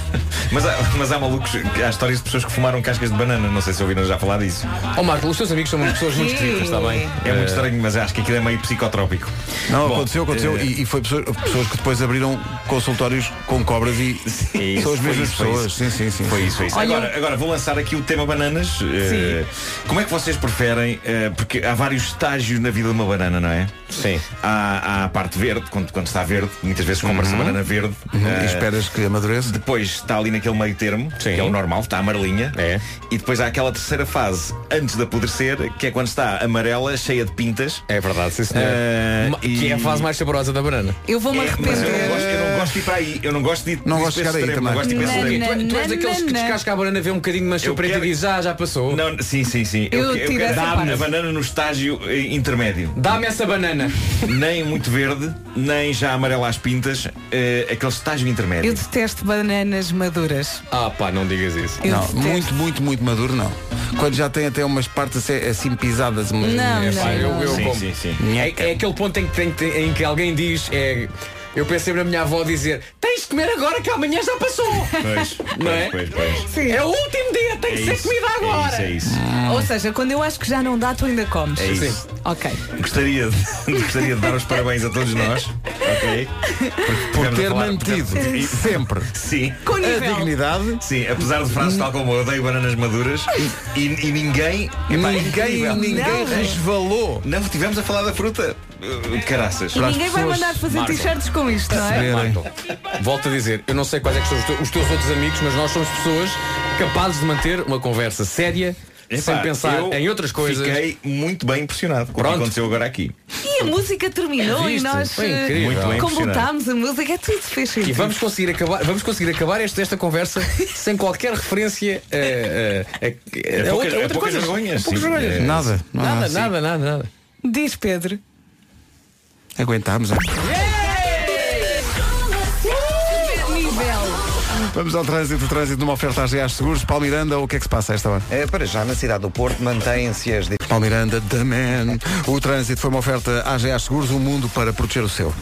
[SPEAKER 10] Mas há, mas há malucos, há histórias de pessoas que fumaram cascas de banana. Não sei se ouviram já falar disso.
[SPEAKER 7] Ó Oh, Marco, os teus amigos são pessoas muito esquisitas, está bem?
[SPEAKER 10] É muito estranho, mas acho que aquilo é meio psicotrópico.
[SPEAKER 1] Eh, Não,
[SPEAKER 10] Bom,
[SPEAKER 1] aconteceu, aconteceu.
[SPEAKER 10] eh,
[SPEAKER 1] E, e foi pessoas, pessoas que depois abriram consultórios com cobras e
[SPEAKER 10] isso,
[SPEAKER 1] são as
[SPEAKER 10] foi
[SPEAKER 1] mesmas
[SPEAKER 10] isso, foi
[SPEAKER 1] pessoas.
[SPEAKER 10] isso.
[SPEAKER 1] Sim, sim, sim.
[SPEAKER 10] Foi isso, foi isso. Agora, agora vou lançar aqui o tema bananas. Eh, como é que vocês preferem? eh, porque há vários estágios na vida de uma banana, não é?
[SPEAKER 7] Sim.
[SPEAKER 10] Há, há a parte verde, quando, quando está verde, muitas vezes compra-se
[SPEAKER 1] Uhum.
[SPEAKER 10] banana verde.
[SPEAKER 1] Uhum.
[SPEAKER 10] eh,
[SPEAKER 1] E esperas que amadureça.
[SPEAKER 10] Depois está ali naquele meio termo, que é o normal, está amarelinha. É. E depois há aquela terceira fase, antes de apodrecer, que é quando está amarela, cheia de pintas. Ah,
[SPEAKER 7] É verdade, sim senhor. Ma-
[SPEAKER 10] e-
[SPEAKER 7] Que é a fase mais saborosa da banana.
[SPEAKER 3] Eu vou-me
[SPEAKER 10] É, Mas eu
[SPEAKER 3] arrepender.
[SPEAKER 10] não gosto, eu não gosto de ir para aí. Eu não gosto de ir
[SPEAKER 7] Não
[SPEAKER 10] disso
[SPEAKER 7] gosto de
[SPEAKER 10] para esse
[SPEAKER 7] chegar aí
[SPEAKER 10] extremo, Não
[SPEAKER 7] também.
[SPEAKER 10] gosto de ir para esse
[SPEAKER 7] Na, na,
[SPEAKER 10] extremo.
[SPEAKER 7] Tu- tu és na, daqueles que na, na. descasca a banana, vê um bocadinho mancha
[SPEAKER 10] Eu
[SPEAKER 7] preta
[SPEAKER 10] quero-
[SPEAKER 7] e diz, ah, já passou.
[SPEAKER 10] Não, sim, sim, sim.
[SPEAKER 7] Eu
[SPEAKER 10] Eu, que-
[SPEAKER 7] tiro
[SPEAKER 10] eu quero
[SPEAKER 7] essa
[SPEAKER 10] dar
[SPEAKER 7] parte.
[SPEAKER 10] a banana no estágio eh, intermédio.
[SPEAKER 7] Dá-me essa banana.
[SPEAKER 10] Nem muito verde, nem já amarela às pintas, eh, aquele estágio
[SPEAKER 3] Eu
[SPEAKER 10] intermédio.
[SPEAKER 3] detesto bananas maduras.
[SPEAKER 7] Ah pá, não digas isso.
[SPEAKER 3] Eu
[SPEAKER 1] Não,
[SPEAKER 3] detesto.
[SPEAKER 1] muito, muito, muito maduro não. Quando já tem até umas partes assim, assim pisadas. Mas
[SPEAKER 3] Não,
[SPEAKER 7] É pá, eu, eu
[SPEAKER 1] Sim,
[SPEAKER 7] como.
[SPEAKER 1] sim, sim.
[SPEAKER 7] É, é aquele ponto em que, tem- tem- em que alguém diz, é, eu pensei na minha avó dizer, tens de comer agora que amanhã já passou.
[SPEAKER 10] Pois,
[SPEAKER 7] não é?
[SPEAKER 10] pois, pois.
[SPEAKER 7] É o último dia, tem
[SPEAKER 10] É
[SPEAKER 7] que ser
[SPEAKER 10] isso,
[SPEAKER 7] comida
[SPEAKER 10] é
[SPEAKER 7] agora.
[SPEAKER 10] isso, é isso.
[SPEAKER 3] Ou seja, quando eu acho que já não dá, tu ainda comes.
[SPEAKER 10] É isso.
[SPEAKER 3] Ok.
[SPEAKER 10] Gostaria de, gostaria de dar os parabéns a todos nós, ok? Por,
[SPEAKER 1] ter mantido sempre
[SPEAKER 10] sim.
[SPEAKER 3] Com nível.
[SPEAKER 1] A dignidade.
[SPEAKER 10] Sim, apesar de frases tal como eu odeio bananas maduras e, e ninguém. Epá, é
[SPEAKER 1] Ninguém-
[SPEAKER 10] incrível.
[SPEAKER 1] ninguém Não. resvalou.
[SPEAKER 10] Não estivemos a falar da fruta. Uh, Caraças.
[SPEAKER 3] E ninguém vai mandar fazer t-shirts com isto, não é?
[SPEAKER 7] Marco, volto a dizer, eu não sei quais é que são os teus, os teus outros amigos, mas nós somos pessoas capazes de manter uma conversa séria,
[SPEAKER 1] É
[SPEAKER 10] Epá,
[SPEAKER 7] sem pensar
[SPEAKER 10] eu
[SPEAKER 7] em outras coisas.
[SPEAKER 10] Fiquei muito bem impressionado com o que
[SPEAKER 7] Pronto.
[SPEAKER 10] aconteceu agora aqui.
[SPEAKER 3] E a música terminou
[SPEAKER 7] É,
[SPEAKER 3] e
[SPEAKER 7] viste?
[SPEAKER 3] nós
[SPEAKER 7] Foi incrível. Muito
[SPEAKER 3] eh,
[SPEAKER 7] bem
[SPEAKER 3] completámos a música, é tudo fez
[SPEAKER 7] E
[SPEAKER 3] sentido.
[SPEAKER 7] vamos conseguir acabar, vamos conseguir acabar esta, esta conversa sem qualquer referência a, a, a- a
[SPEAKER 10] É
[SPEAKER 7] outra,
[SPEAKER 10] poucas- a
[SPEAKER 7] outra
[SPEAKER 10] poucas
[SPEAKER 7] coisa.
[SPEAKER 10] vergonhas,
[SPEAKER 7] A poucas
[SPEAKER 10] sim.
[SPEAKER 7] vergonhas.
[SPEAKER 10] É. Nada, não há
[SPEAKER 1] assim.
[SPEAKER 7] nada,
[SPEAKER 10] nada,
[SPEAKER 7] nada, nada, nada.
[SPEAKER 3] Diz Pedro.
[SPEAKER 1] Aguentámos. é.
[SPEAKER 3] Nível.
[SPEAKER 1] Vamos ao trânsito, o trânsito numa oferta às Reais Seguros. Paulo Miranda, o que é que se passa a esta hora?
[SPEAKER 2] Eh, para já, na cidade do Porto, mantêm-se as... di-
[SPEAKER 1] Paulo Miranda, the man. O trânsito foi uma oferta à GA Seguros, um mundo para proteger o seu.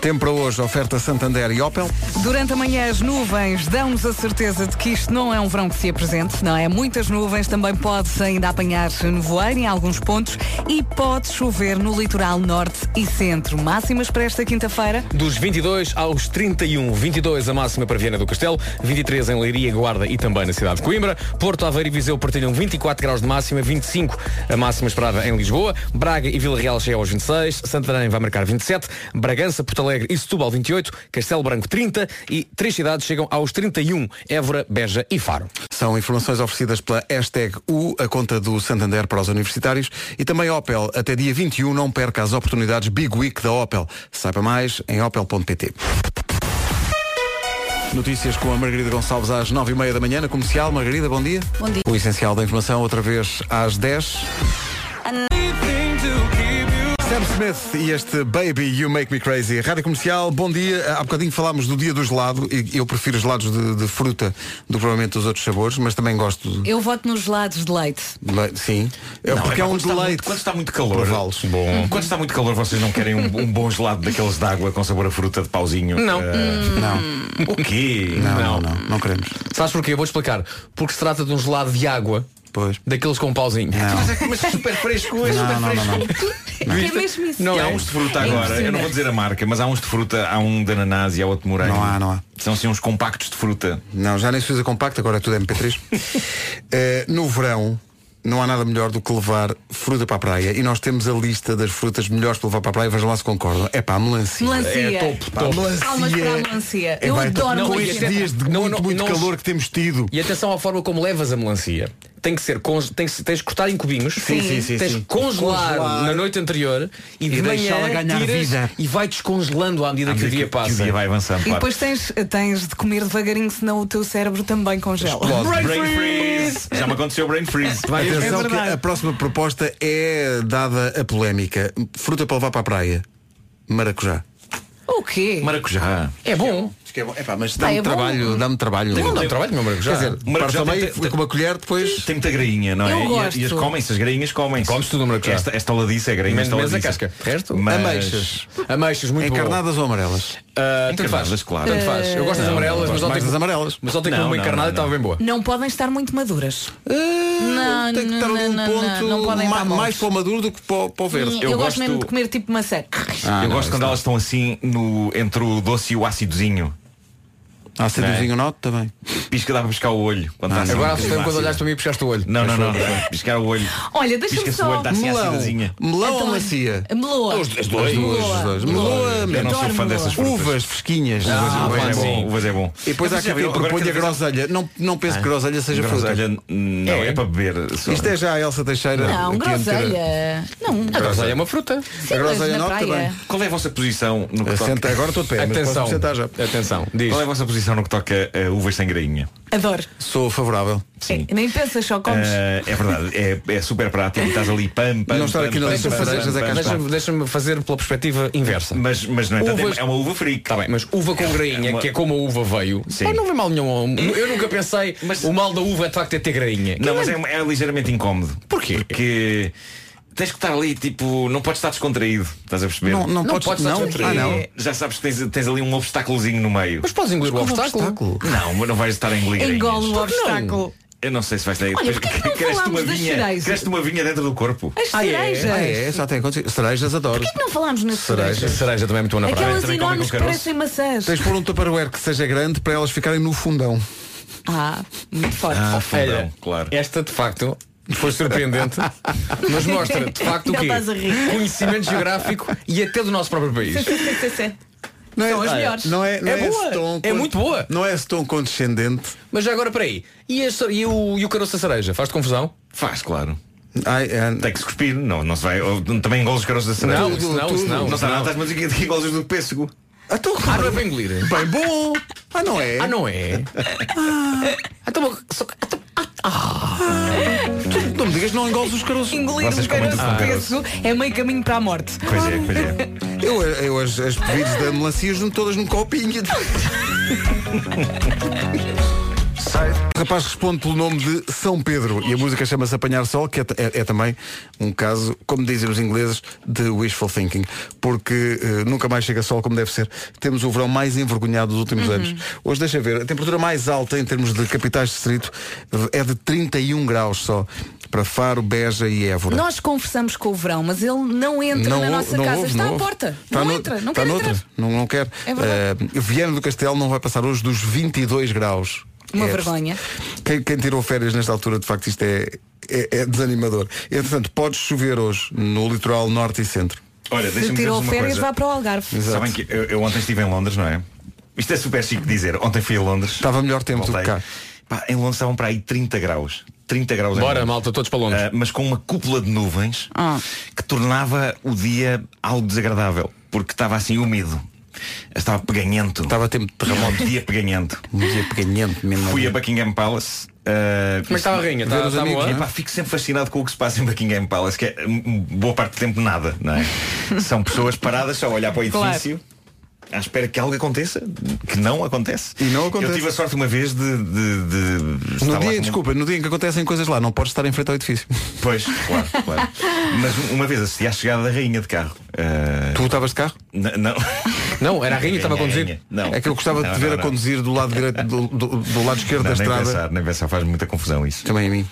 [SPEAKER 1] Tempo para hoje, oferta Santander e Opel.
[SPEAKER 3] Durante a manhã as nuvens dão-nos a certeza de que isto não é um verão que se apresente, não é? Muitas nuvens, também pode-se ainda apanhar nevoeiro em alguns pontos e pode chover no litoral norte e centro. Máximas para esta quinta-feira?
[SPEAKER 7] Dos 22 aos 31, 22 a máxima para Viana do Castelo, 23 em Leiria, Guarda e também na cidade de Coimbra, Porto Aveiro e Viseu partilham 24 graus de máxima, 25 a máxima esperada em Lisboa, Braga e Vila Real chegam aos 26, Santarém vai marcar 27, Bragança, Porto Alegre e Setúbal 28, Castelo Branco 30 e três cidades chegam aos 31, Évora, Beja e Faro.
[SPEAKER 1] São informações oferecidas pela hashtag U, a conta do Santander para os universitários, e também Opel. Até dia 21 não perca as oportunidades Big Week da Opel. Saiba mais em opel.pt. Notícias com a Margarida Gonçalves às 9h30 da manhã na comercial. Margarida, bom dia.
[SPEAKER 12] Bom dia.
[SPEAKER 1] O essencial da informação, outra vez às 10. Sam Smith e este Baby You Make Me Crazy. Rádio Comercial, bom dia. Há bocadinho falámos do dia do gelado e eu prefiro gelados de, de fruta do que provavelmente dos outros sabores, mas também gosto de...
[SPEAKER 3] Eu voto nos gelados de leite.
[SPEAKER 1] le- Sim. É porque é, um
[SPEAKER 10] está
[SPEAKER 1] deleite.
[SPEAKER 10] muito- quando está muito calor,
[SPEAKER 1] Bom.
[SPEAKER 10] quando está muito calor, vocês não querem um, um bom gelado daqueles de água com sabor a fruta de pauzinho?
[SPEAKER 7] Não.
[SPEAKER 10] Eh, O quê?
[SPEAKER 1] Não, não, não, não queremos.
[SPEAKER 7] Sabes porquê? Eu vou explicar. Porque se trata de um gelado de água.
[SPEAKER 1] Pois.
[SPEAKER 7] Daqueles com um pauzinho.
[SPEAKER 10] Mas é super fresco,
[SPEAKER 7] é
[SPEAKER 10] super
[SPEAKER 7] super
[SPEAKER 10] fresco.
[SPEAKER 3] É mesmo isso.
[SPEAKER 10] e há
[SPEAKER 7] um
[SPEAKER 10] uns de fruta agora, eu não vou dizer a marca, mas há uns de fruta, há um de ananás e há outro de morango. Não há, não há. São assim uns compactos de fruta.
[SPEAKER 1] Não, já nem se usa compacto, agora é tudo MP3. Eh, no verão, não há nada melhor do que levar fruta para a praia e nós temos a lista das frutas melhores para levar para a praia, vejam lá se concordam. É pá, melancia.
[SPEAKER 3] Melancia.
[SPEAKER 1] É topo, pá,
[SPEAKER 3] Palmas para a
[SPEAKER 1] melancia.
[SPEAKER 3] melancia.
[SPEAKER 1] É
[SPEAKER 3] eu
[SPEAKER 1] pá, é top.
[SPEAKER 3] adoro
[SPEAKER 1] Não,
[SPEAKER 3] melancia.
[SPEAKER 1] estes dias de muito, muito calor que temos tido.
[SPEAKER 7] E atenção à forma como levas a melancia. Tem que ser, conge- tem que, tens que cortar em cubinhos,
[SPEAKER 1] Sim, sim, sim,
[SPEAKER 7] tens
[SPEAKER 1] sim.
[SPEAKER 7] que congelar,
[SPEAKER 1] Congelar.
[SPEAKER 7] na noite anterior e,
[SPEAKER 1] E
[SPEAKER 7] de manhã
[SPEAKER 1] deixá-la ganhar
[SPEAKER 7] tiras
[SPEAKER 1] vida.
[SPEAKER 7] e vai descongelando à medida É que o dia passa.
[SPEAKER 10] o dia vai avançando,
[SPEAKER 3] E depois tens, tens de comer devagarinho, senão o teu cérebro também congela.
[SPEAKER 10] Brain, freeze. Já me aconteceu brain freeze.
[SPEAKER 1] é
[SPEAKER 7] é
[SPEAKER 1] Atenção que a próxima proposta é dada a polémica. Fruta para levar para a praia. Maracujá.
[SPEAKER 3] O quê?
[SPEAKER 10] Maracujá.
[SPEAKER 7] É bom.
[SPEAKER 1] Diz que é bom. Epá, mas
[SPEAKER 3] Ah,
[SPEAKER 1] dá-me
[SPEAKER 3] é bom. um
[SPEAKER 1] trabalho, dá-me trabalho.
[SPEAKER 10] Tem- dá-me trabalho, meu maracujá.
[SPEAKER 1] Quer dizer,
[SPEAKER 10] Maracujá
[SPEAKER 1] parto ao
[SPEAKER 10] tem-
[SPEAKER 1] meio,
[SPEAKER 10] tem-
[SPEAKER 1] com uma colher, depois...
[SPEAKER 10] Tem muita grainha, não é?
[SPEAKER 1] Eu
[SPEAKER 10] E-
[SPEAKER 1] gosto.
[SPEAKER 10] E, as comem-se, as grainhas comem-se. Comes
[SPEAKER 7] tudo, maracujá.
[SPEAKER 10] Esta, esta ladiça é grainha,
[SPEAKER 7] Menos-
[SPEAKER 10] esta
[SPEAKER 7] menos a
[SPEAKER 10] ladiça.
[SPEAKER 7] casca. Resto?
[SPEAKER 10] Mas...
[SPEAKER 7] Ameixas. Ameixas, muito
[SPEAKER 1] Encarnadas ou amarelas?
[SPEAKER 7] Uh, tanto
[SPEAKER 10] Encarnadas,
[SPEAKER 7] faz.
[SPEAKER 10] claro.
[SPEAKER 7] Tanto faz. Eu gosto das
[SPEAKER 10] Não,
[SPEAKER 7] amarelas,
[SPEAKER 10] gosto
[SPEAKER 7] mas ontem
[SPEAKER 10] mais das
[SPEAKER 1] amarelas.
[SPEAKER 7] Mas ontem com
[SPEAKER 10] Não,
[SPEAKER 7] uma
[SPEAKER 10] não,
[SPEAKER 7] encarnada
[SPEAKER 10] não,
[SPEAKER 7] e estava bem boa.
[SPEAKER 3] Não podem estar muito maduras. não,
[SPEAKER 1] tem que estar
[SPEAKER 3] não,
[SPEAKER 1] ali um
[SPEAKER 3] não,
[SPEAKER 1] ponto
[SPEAKER 3] não, não podem
[SPEAKER 1] ma-
[SPEAKER 3] estar bons.
[SPEAKER 1] mais para o maduro do que para o, para o verde.
[SPEAKER 3] Eu, gosto mesmo de comer tipo maçã.
[SPEAKER 7] Ah,
[SPEAKER 10] eu gosto quando elas estão assim no, entre o doce e o ácidozinho.
[SPEAKER 1] Ah,
[SPEAKER 10] é?
[SPEAKER 1] Ácidozinho noto também.
[SPEAKER 10] Pisca dá para piscar o olho. Quando está assim
[SPEAKER 7] Ah, Agora
[SPEAKER 10] um bocadinho
[SPEAKER 7] assustei-me quando
[SPEAKER 10] ácido.
[SPEAKER 7] olhaste para mim e puxaste o olho.
[SPEAKER 10] Não, não, não.
[SPEAKER 7] Mas foi-
[SPEAKER 10] Piscar o olho.
[SPEAKER 3] Olha, deixa-me
[SPEAKER 10] Pisca-se o olho,
[SPEAKER 3] só.
[SPEAKER 10] está assim ácidazinha.
[SPEAKER 1] Melão ou
[SPEAKER 3] Adoro.
[SPEAKER 1] macia?
[SPEAKER 3] Então, Meloa.
[SPEAKER 1] Os dois. Os dois. Meloa,
[SPEAKER 10] Eu não sou fã dessas frutas.
[SPEAKER 1] Uvas fresquinhas.
[SPEAKER 10] Ah,
[SPEAKER 1] Uvas
[SPEAKER 10] uvas é
[SPEAKER 1] bom.
[SPEAKER 10] bom. Uvas é bom.
[SPEAKER 1] E depois há
[SPEAKER 10] Mas já
[SPEAKER 1] quem
[SPEAKER 10] viram, agora
[SPEAKER 1] proponha
[SPEAKER 10] cada vez-
[SPEAKER 1] groselha. Não, não penso que groselha seja
[SPEAKER 10] Groselha,
[SPEAKER 1] fruta.
[SPEAKER 10] Não, é, para beber. só.
[SPEAKER 1] Isto é já a Elsa Teixeira.
[SPEAKER 3] Não,
[SPEAKER 1] aqui a meter a-
[SPEAKER 3] groselha. Não.
[SPEAKER 7] A groselha é uma fruta.
[SPEAKER 3] Sim, mas
[SPEAKER 1] groselha
[SPEAKER 3] na
[SPEAKER 1] não,
[SPEAKER 3] praia.
[SPEAKER 10] Qual é a vossa posição no que
[SPEAKER 1] Assenta-
[SPEAKER 10] toca?
[SPEAKER 1] agora estou de pé, mas posso
[SPEAKER 7] Atenção.
[SPEAKER 1] sentar já.
[SPEAKER 7] Atenção. Diz.
[SPEAKER 10] Qual é a vossa posição no que toca a eh, uvas sem grainha?
[SPEAKER 3] Adoro.
[SPEAKER 1] Sou favorável.
[SPEAKER 10] Sim.
[SPEAKER 3] É, Nem pensas, só comes.
[SPEAKER 10] Ah, é verdade, é, é super prático, estás ali pam, pam,
[SPEAKER 1] Não estar
[SPEAKER 10] pam,
[SPEAKER 1] aqui na
[SPEAKER 10] pam,
[SPEAKER 1] lista
[SPEAKER 10] pam,
[SPEAKER 1] de
[SPEAKER 10] pam,
[SPEAKER 1] fazeres, é
[SPEAKER 10] pam,
[SPEAKER 1] cá
[SPEAKER 10] pam.
[SPEAKER 1] está.
[SPEAKER 7] Deixa-me deixa-me fazer pela perspectiva inversa.
[SPEAKER 10] Mas, mas, no entanto,
[SPEAKER 7] Uvas-
[SPEAKER 10] é uma uva frica.
[SPEAKER 7] Tá bem, mas uva com grainha, que é como a uva veio.
[SPEAKER 10] Sim.
[SPEAKER 7] Pá, não vê mal nenhum. Eu nunca pensei o mal da uva é de facto é ter grainha.
[SPEAKER 10] Não, mas é, é ligeiramente incómodo.
[SPEAKER 7] Porquê?
[SPEAKER 10] Porque tens que estar ali, tipo, não podes estar descontraído. Estás a perceber? É,
[SPEAKER 1] Não, não,
[SPEAKER 7] Não
[SPEAKER 1] podes,
[SPEAKER 7] podes estar
[SPEAKER 1] não.
[SPEAKER 7] sempre-
[SPEAKER 1] Ah, não.
[SPEAKER 10] Já sabes que tens, tens ali um obstáculozinho no meio.
[SPEAKER 7] Mas podes engolir o obstáculo.
[SPEAKER 10] Não, mas não vais
[SPEAKER 3] É
[SPEAKER 10] estar a engolir grainhas.
[SPEAKER 3] Engole o obstáculo.
[SPEAKER 10] Eu não sei se vais ter.
[SPEAKER 3] Olha, porque é que não
[SPEAKER 10] Cresce-te uma
[SPEAKER 3] falámos das
[SPEAKER 10] vinha.
[SPEAKER 3] cerejas?
[SPEAKER 10] Cresce-te uma vinha dentro do corpo.
[SPEAKER 3] As
[SPEAKER 7] Ah, é?
[SPEAKER 3] cerejas.
[SPEAKER 1] Ah, é, só tem acontecido. Cerejas adoro.
[SPEAKER 3] Porquê que não falámos nas
[SPEAKER 1] Cereja.
[SPEAKER 3] cerejas?
[SPEAKER 7] Cereja também é muito boa na praia.
[SPEAKER 3] Aquelas
[SPEAKER 10] também comem com
[SPEAKER 3] enormes que
[SPEAKER 10] caroço.
[SPEAKER 3] parecem maçãs.
[SPEAKER 1] Tens de pôr um tupperware que seja grande para elas ficarem no fundão.
[SPEAKER 3] Ah, muito forte.
[SPEAKER 10] Ah,
[SPEAKER 7] Olha,
[SPEAKER 10] fundão, claro.
[SPEAKER 7] Esta de facto foi surpreendente, mas mostra de facto o
[SPEAKER 3] Não
[SPEAKER 7] quê?
[SPEAKER 3] estás a rir.
[SPEAKER 7] Conhecimento geográfico e até do nosso próprio país.
[SPEAKER 1] Não é,
[SPEAKER 3] São as melhores.
[SPEAKER 1] Não é, não
[SPEAKER 7] É
[SPEAKER 1] é,
[SPEAKER 7] boa.
[SPEAKER 1] esse tom
[SPEAKER 7] É
[SPEAKER 1] con-
[SPEAKER 7] muito boa.
[SPEAKER 1] Não é esse tom condescendente.
[SPEAKER 7] Mas já agora peraí. E, a ce- e o, e o caroço da cereja? Faz-te confusão?
[SPEAKER 10] Faz, claro.
[SPEAKER 1] Ai, é-
[SPEAKER 10] Tem que se cuspir, não, não se vai. ou também engoles os caroços da cereja.
[SPEAKER 7] Não, isso não, isso não.
[SPEAKER 10] Não
[SPEAKER 7] isso
[SPEAKER 10] está nada,
[SPEAKER 7] não.
[SPEAKER 10] estás mas aqui aqui engoles os do pêssego.
[SPEAKER 1] Ah, então,
[SPEAKER 7] Ah, não é para engolir.
[SPEAKER 1] Bem bom. Ah, não é?
[SPEAKER 7] Ah, não é? Ah, então, só- então-
[SPEAKER 1] Ah, Não me digas, não engoles os caroços.
[SPEAKER 3] Engolir
[SPEAKER 10] Vocês
[SPEAKER 3] um
[SPEAKER 10] comem
[SPEAKER 3] caroço
[SPEAKER 10] tudo com
[SPEAKER 3] de
[SPEAKER 10] caroço.
[SPEAKER 3] peso é meio caminho para a morte.
[SPEAKER 10] Pois é, pois é.
[SPEAKER 1] Eu, eu as, as bebidas da melancia junto todas num copinho. O rapaz responde pelo nome de São Pedro e a música chama-se Apanhar Sol, que é, t- é- é também um caso, como dizem os ingleses, de wishful thinking, porque eh, nunca mais chega sol como deve ser. Temos o verão mais envergonhado dos últimos anos. Hoje, deixa ver, a temperatura mais alta em termos de capitais de distrito é de 31 graus só, para Faro, Beja e Évora.
[SPEAKER 3] Nós conversamos com o verão, mas ele não entra na
[SPEAKER 1] ou-
[SPEAKER 3] nossa casa.
[SPEAKER 1] ouve,
[SPEAKER 3] Está à
[SPEAKER 1] ouve.
[SPEAKER 3] porta.
[SPEAKER 1] Está
[SPEAKER 3] não
[SPEAKER 1] no-
[SPEAKER 3] entra. Não
[SPEAKER 1] está
[SPEAKER 3] quer
[SPEAKER 1] noutra.
[SPEAKER 3] entrar.
[SPEAKER 1] Não, não quer.
[SPEAKER 3] É verdade.
[SPEAKER 1] Eh, Viana do Castelo não vai passar hoje dos 22 graus.
[SPEAKER 3] Uma
[SPEAKER 1] É,
[SPEAKER 3] vergonha.
[SPEAKER 1] Quem, quem tirou férias nesta altura, de facto, isto é, é, é desanimador. Entretanto, pode chover hoje no litoral norte e centro.
[SPEAKER 10] Olha,
[SPEAKER 3] Se
[SPEAKER 10] deixa-me dizer
[SPEAKER 3] tirou
[SPEAKER 10] uma
[SPEAKER 3] férias,
[SPEAKER 10] coisa.
[SPEAKER 3] vá para o Algarve.
[SPEAKER 10] Sabem que eu, eu ontem estive em Londres, não é? Isto é super chique dizer. Ontem fui a Londres.
[SPEAKER 1] Estava melhor tempo do que
[SPEAKER 10] voltei.
[SPEAKER 1] cá.
[SPEAKER 10] Pá, em Londres estavam para aí 30 graus. 30 graus em
[SPEAKER 7] Bora,
[SPEAKER 10] Londres.
[SPEAKER 7] malta, todos para Londres.
[SPEAKER 10] Ah, mas com uma cúpula de nuvens que tornava o dia algo desagradável. Porque estava assim úmido. Estava peganhento.
[SPEAKER 1] Estava tempo de
[SPEAKER 10] Estava
[SPEAKER 1] terremoto.
[SPEAKER 10] um dia peganhento.
[SPEAKER 1] Um dia pequenhento mesmo.
[SPEAKER 10] Fui a Buckingham Palace
[SPEAKER 7] Como é
[SPEAKER 10] Uh,
[SPEAKER 7] que está a rainha? Está-
[SPEAKER 10] ver os
[SPEAKER 7] está
[SPEAKER 10] amigos,
[SPEAKER 1] ah.
[SPEAKER 7] boa?
[SPEAKER 1] é?
[SPEAKER 10] epá, fico sempre fascinado com o que se passa em Buckingham Palace, que é hum, boa parte do tempo nada, não é? São pessoas paradas só a olhar para o
[SPEAKER 7] Claro.
[SPEAKER 10] edifício. À espera que algo aconteça, que não acontece. E
[SPEAKER 1] não acontece.
[SPEAKER 10] Eu tive a sorte uma vez de. de, de estar
[SPEAKER 1] No
[SPEAKER 10] lá
[SPEAKER 1] dia,
[SPEAKER 10] com- um
[SPEAKER 1] desculpa, no dia em que acontecem coisas lá, não podes estar em frente ao edifício.
[SPEAKER 10] Pois, claro, claro. Mas uma vez assisti à chegada da rainha de carro. Eh,
[SPEAKER 1] Tu estavas de carro?
[SPEAKER 10] Não.
[SPEAKER 7] É. Não, era a rainha que estava a conduzir.
[SPEAKER 10] Não.
[SPEAKER 1] É que eu gostava de
[SPEAKER 10] Não,
[SPEAKER 1] te ver
[SPEAKER 10] não,
[SPEAKER 1] a
[SPEAKER 10] não.
[SPEAKER 1] conduzir do lado direito, do, do- do lado esquerdo
[SPEAKER 10] Não,
[SPEAKER 1] da
[SPEAKER 10] nem
[SPEAKER 1] estrada.
[SPEAKER 10] pensar, nem pensar, faz muita confusão isso. Eh,
[SPEAKER 1] Também a mim.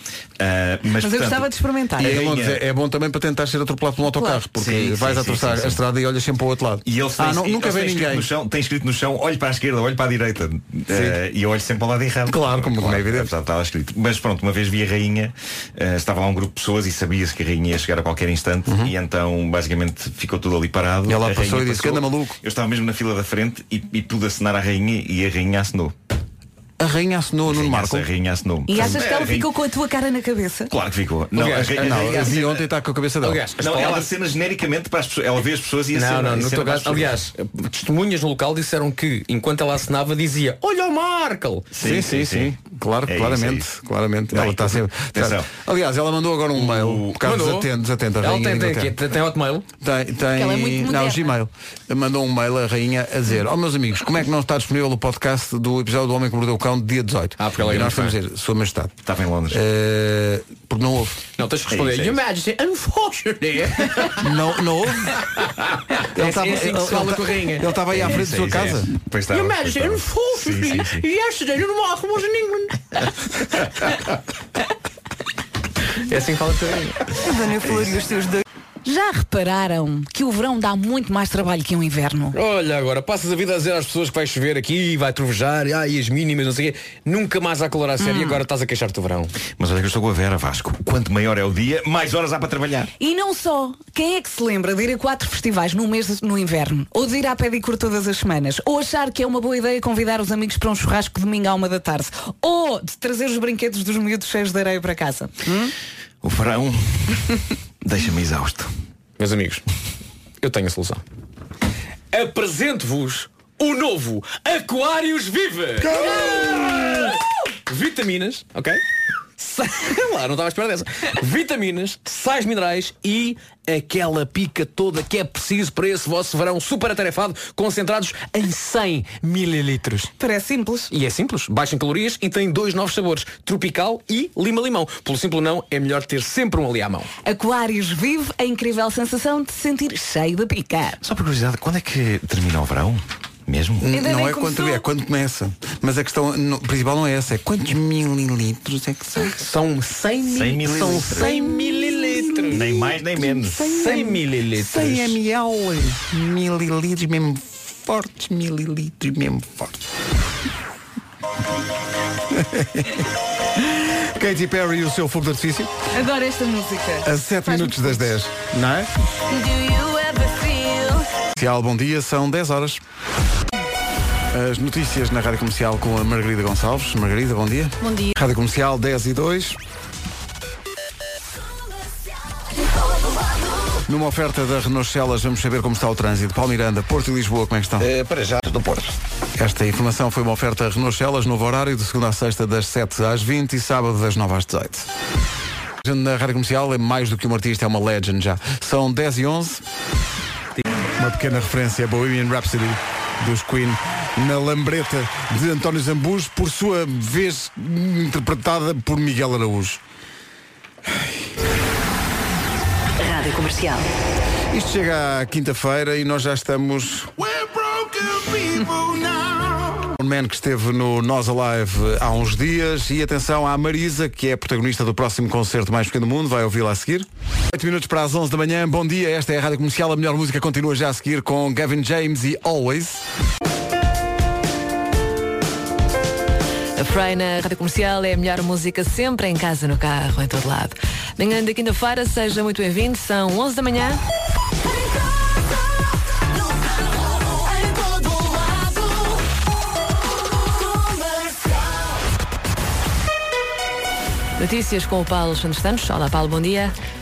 [SPEAKER 10] mas,
[SPEAKER 3] eu gostava de experimentar.
[SPEAKER 1] E em
[SPEAKER 10] Rainha.
[SPEAKER 1] Londres é, é bom também para tentar ser atropelado por um autocarro,
[SPEAKER 10] Claro.
[SPEAKER 1] porque
[SPEAKER 10] Sim,
[SPEAKER 1] vais
[SPEAKER 10] sim,
[SPEAKER 1] atravessar
[SPEAKER 10] sim, sim,
[SPEAKER 1] a
[SPEAKER 10] sim.
[SPEAKER 1] estrada e olhas sempre para o outro lado.
[SPEAKER 10] E eles têm,
[SPEAKER 1] ah, não,
[SPEAKER 10] e
[SPEAKER 1] nunca
[SPEAKER 10] eles
[SPEAKER 1] vê
[SPEAKER 10] têm escrito
[SPEAKER 1] ninguém.
[SPEAKER 10] No chão, tem escrito no chão, olhe para a esquerda, olhe para a direita. Eh, e eu olho sempre para o lado errado. Claro, como, é evidente. estava escrito. Mas pronto, uma vez vi a rainha, eh, estava lá um grupo de pessoas e sabia-se que a rainha ia chegar a qualquer instante e então basicamente ficou tudo ali parado.
[SPEAKER 1] Uhum. E ela
[SPEAKER 10] A
[SPEAKER 1] passou
[SPEAKER 10] rainha
[SPEAKER 1] e disse, "Ganda maluco."
[SPEAKER 10] Eu estava mesmo na fila da frente e, e pude assinar à rainha e a rainha assinou.
[SPEAKER 1] A rainha assinou no Marco.
[SPEAKER 10] A rainha assinou.
[SPEAKER 3] E achas que
[SPEAKER 10] A
[SPEAKER 3] ela
[SPEAKER 10] rainha-
[SPEAKER 3] ficou com a tua cara na cabeça?
[SPEAKER 10] Claro que ficou. Não,
[SPEAKER 1] Aliás,
[SPEAKER 10] a rainha- a
[SPEAKER 1] Ah, não,
[SPEAKER 10] rainha
[SPEAKER 1] eu vi
[SPEAKER 10] assina-
[SPEAKER 1] ontem está com a cabeça dela.
[SPEAKER 7] Aliás, as
[SPEAKER 10] Não, ela
[SPEAKER 7] palavras-
[SPEAKER 10] acena genericamente para as pessoas. Ela vê as pessoas e
[SPEAKER 7] Não, não,
[SPEAKER 10] acena.
[SPEAKER 7] no
[SPEAKER 10] acena
[SPEAKER 7] teu
[SPEAKER 10] para as
[SPEAKER 7] caso,
[SPEAKER 10] pessoas.
[SPEAKER 7] aliás, testemunhas no local disseram que enquanto ela assinava dizia Olha o Markle!
[SPEAKER 1] Sim, sim, sim. Claro,
[SPEAKER 7] É isso,
[SPEAKER 1] claramente.
[SPEAKER 7] é isso.
[SPEAKER 1] Claramente.
[SPEAKER 7] Bem,
[SPEAKER 1] ela está sempre.
[SPEAKER 7] atenção.
[SPEAKER 1] Aliás, ela mandou agora um mail. Um bocado
[SPEAKER 7] Mandou.
[SPEAKER 1] desatento, desatento, a
[SPEAKER 7] Ela
[SPEAKER 1] rainha
[SPEAKER 7] tem,
[SPEAKER 1] da
[SPEAKER 7] tem,
[SPEAKER 1] Inglaterra.
[SPEAKER 7] aqui, tem, tem hotmail?
[SPEAKER 1] Tem, tem
[SPEAKER 7] Ela é muito
[SPEAKER 1] não,
[SPEAKER 7] moderna.
[SPEAKER 1] Gmail. Mandou um mail à rainha a dizer, ó meus amigos, como é que não está disponível o podcast do episódio do Homem que Mordeu o Cão de dia 18? Ah,
[SPEAKER 7] porque ela é
[SPEAKER 1] e nós
[SPEAKER 7] muito
[SPEAKER 1] estamos a dizer, Sua Majestade.
[SPEAKER 10] Estava em Londres.
[SPEAKER 1] eh, porque não houve.
[SPEAKER 7] Não, tens de responder. Your Majesty, unfortunately.
[SPEAKER 1] Não, não houve.
[SPEAKER 7] É
[SPEAKER 1] Ele
[SPEAKER 7] assim-
[SPEAKER 1] estava
[SPEAKER 7] é assim que se fala com a rainha.
[SPEAKER 1] ele estava aí à
[SPEAKER 7] É
[SPEAKER 1] frente
[SPEAKER 7] isso,
[SPEAKER 1] da sua
[SPEAKER 7] é isso, é
[SPEAKER 1] casa.
[SPEAKER 7] isso.
[SPEAKER 10] Pois
[SPEAKER 7] Your Majesty,
[SPEAKER 1] "É um
[SPEAKER 10] Sim,
[SPEAKER 7] unfortunately.
[SPEAKER 10] tá sim,
[SPEAKER 7] Yesterday, your mom was in England. É assim que fala com a rainha.
[SPEAKER 3] Dona É
[SPEAKER 7] É
[SPEAKER 3] Flor e os seus dois. Já repararam que o verão dá muito mais trabalho que um inverno?
[SPEAKER 7] Olha agora, passas a vida a dizer às pessoas que vai chover aqui, vai trovejar, e, ai, as mínimas, não sei o quê. Nunca mais a colorar a
[SPEAKER 10] Hum.
[SPEAKER 7] série e agora estás a queixar-te do verão.
[SPEAKER 10] Mas olha que eu estou com a Vera Vasco. Quanto maior é o dia, mais horas há para trabalhar.
[SPEAKER 3] E não só. Quem é que se lembra de ir a quatro festivais num mês no inverno? Ou de ir à pedicure todas as semanas? Ou achar que é uma boa ideia convidar os amigos para um churrasco domingo à uma da tarde? Ou de trazer os brinquedos dos miúdos cheios de areia para casa? Hum?
[SPEAKER 10] O verão deixa-me exausto.
[SPEAKER 7] Meus amigos, eu tenho a solução. Apresento-vos o novo Aquários Vive! Vitaminas, ok? Sa- lá, não estava à espera dessa. Vitaminas, sais minerais e aquela pica toda que é preciso para esse vosso verão super atarefado, concentrados em 100 mililitros.
[SPEAKER 3] Parece simples.
[SPEAKER 7] E é simples, baixa em calorias e tem dois novos sabores, tropical e lima-limão. Pelo simples não, é melhor ter sempre um ali à mão.
[SPEAKER 3] Aquários vive a incrível sensação de se sentir cheio de picar.
[SPEAKER 10] Só por curiosidade, quando é que termina o verão? Mesmo?
[SPEAKER 3] Ainda
[SPEAKER 1] não
[SPEAKER 3] nem
[SPEAKER 1] é quando,
[SPEAKER 3] começou.
[SPEAKER 1] é quando começa. Mas a questão no- principal não é essa, é quantos mililitros é que são?
[SPEAKER 7] São 100
[SPEAKER 10] 100 mililitros.
[SPEAKER 7] São 100 mililitros.
[SPEAKER 10] Nem mais nem menos.
[SPEAKER 7] 100 mililitros.
[SPEAKER 1] 100 ml. Mililitros mesmo fortes, mililitros mesmo fortes. Katy Perry e o seu fogo de artifício.
[SPEAKER 3] Adoro esta música.
[SPEAKER 1] A 7
[SPEAKER 3] Faz-me
[SPEAKER 1] minutos das 10, não é? Comercial, bom dia, são 10 horas. As notícias na Rádio Comercial com a Margarida Gonçalves. Margarida, bom dia.
[SPEAKER 12] Bom dia.
[SPEAKER 1] Rádio Comercial 10 e 2. Numa oferta da Renault Celas, vamos saber como está o trânsito. Paulo Miranda, Porto e Lisboa, como é que estão?
[SPEAKER 2] eh, para já, do Porto.
[SPEAKER 1] Esta informação foi uma oferta Renault Celas, novo horário, de segunda a sexta, das 7 às 20 e sábado, das 9 às 18. A gente Na Rádio Comercial é mais do que um artista, é uma legend já. São 10 e 11. Uma pequena referência a Bohemian Rhapsody dos Queen na Lambreta de António Zambujo, por sua vez interpretada por Miguel Araújo.
[SPEAKER 4] Rádio Comercial.
[SPEAKER 1] Isto chega à quinta-feira e nós já estamos. Um man que esteve no Nós Alive há uns dias e atenção à Marisa, que é a protagonista do próximo concerto mais pequeno do mundo, vai ouvi-la a seguir. 8 minutos para as 11 da manhã, bom dia, esta é a Rádio Comercial, a melhor música continua já a seguir com Gavin James e Always.
[SPEAKER 11] A Frei na Rádio Comercial é a melhor música sempre, em casa, no carro, em todo lado. Manhã da quinta-feira, seja muito bem-vindo, são 11 da manhã. Notícias com o Paulo Santos Santos. Olá Paulo, bom dia.